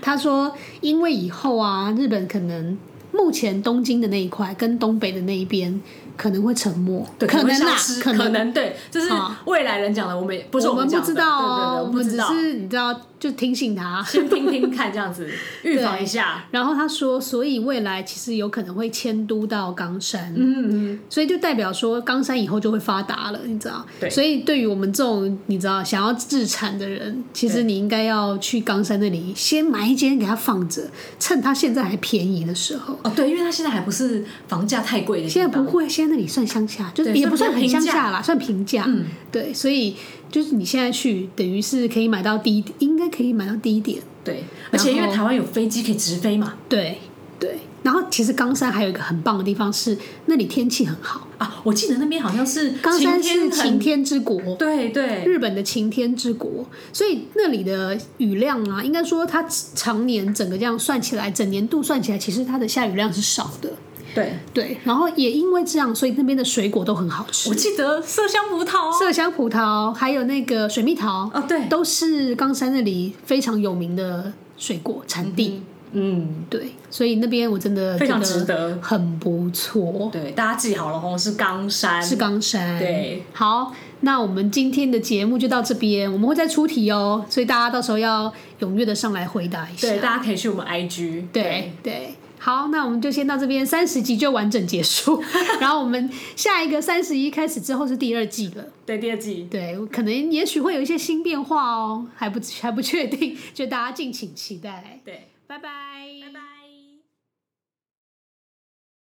S1: 他说，因为以后啊，日本可能目前东京的那一块跟东北的那一边可能会沉没，
S2: 对，
S1: 可
S2: 能
S1: 能啦
S2: 消，失
S1: 可
S2: 可能对，这是
S1: 啊
S2: 未来人讲的，我们也不是
S1: 我们
S2: 们
S1: 不
S2: 讲的
S1: 知道哦，
S2: 对对对，
S1: 我
S2: 不
S1: 们
S2: 知
S1: 只
S2: 道，
S1: 是你知道，就听信他。
S2: 先听听看这 样子，预防一下，
S1: 然后他说，所以未来其实有可能会迁都到冈山，
S2: 嗯嗯，
S1: 所以就代表说冈山以后就会发达了，你知道？
S2: 对
S1: 所以对于我们这种你知道想要自产的人，其实
S2: 对
S1: 你应该要去冈山那里先买一间给它放着，趁它现在还便宜的时候。
S2: 哦对，因为它现在还不是房价太贵的地
S1: 现在
S2: 方，嗯
S1: 不会，现在那里算乡下，就是
S2: 对
S1: 也不算很乡
S2: 算
S1: 下啦，算平价。
S2: 嗯，
S1: 对，所以就是你现在去，等于是可以买到低，应该可以买到低点。
S2: 对，而且因为台湾有飞机可以直飞嘛，
S1: 对对，然后其实冈山还有一个很棒的地方是，那里天气很好，
S2: 啊，我记得那边好像是
S1: 冈山是晴
S2: 很，
S1: 天之国。
S2: 对对，
S1: 日本的晴天之国，所以那里的雨量啊，应该说它常年整个这样算起来，整年度算起来，其实它的下雨量是少的。
S2: 对，
S1: 对，然后也因为这样，所以那边的水果都很好吃
S2: 我，记得麝香葡萄
S1: 麝香葡萄还有那个水蜜桃，
S2: 哦，对，
S1: 都是冈山那里非常有名的水果产地。
S2: 嗯，
S1: 对，所以那边我真的
S2: 非常
S1: 觉
S2: 值得
S1: 很不错，
S2: 对，大家记好了哦，是冈山，
S1: 是冈山。
S2: 对，
S1: 好，那我们今天的节目就到这边，我们会再出题哦，所以大家到时候要踊跃的上来回答一下。
S2: 对，大家可以去我们 IG，
S1: 对对，好，那我们就先到这边，三十集就完整结束，然后我们下一个三十一开始之后是第二季了，
S2: 对，第二季，
S1: 对，可能也许会有一些新变化哦，还不还不确定，就大家敬请期待，
S2: 对，
S1: 拜拜，
S2: 拜拜。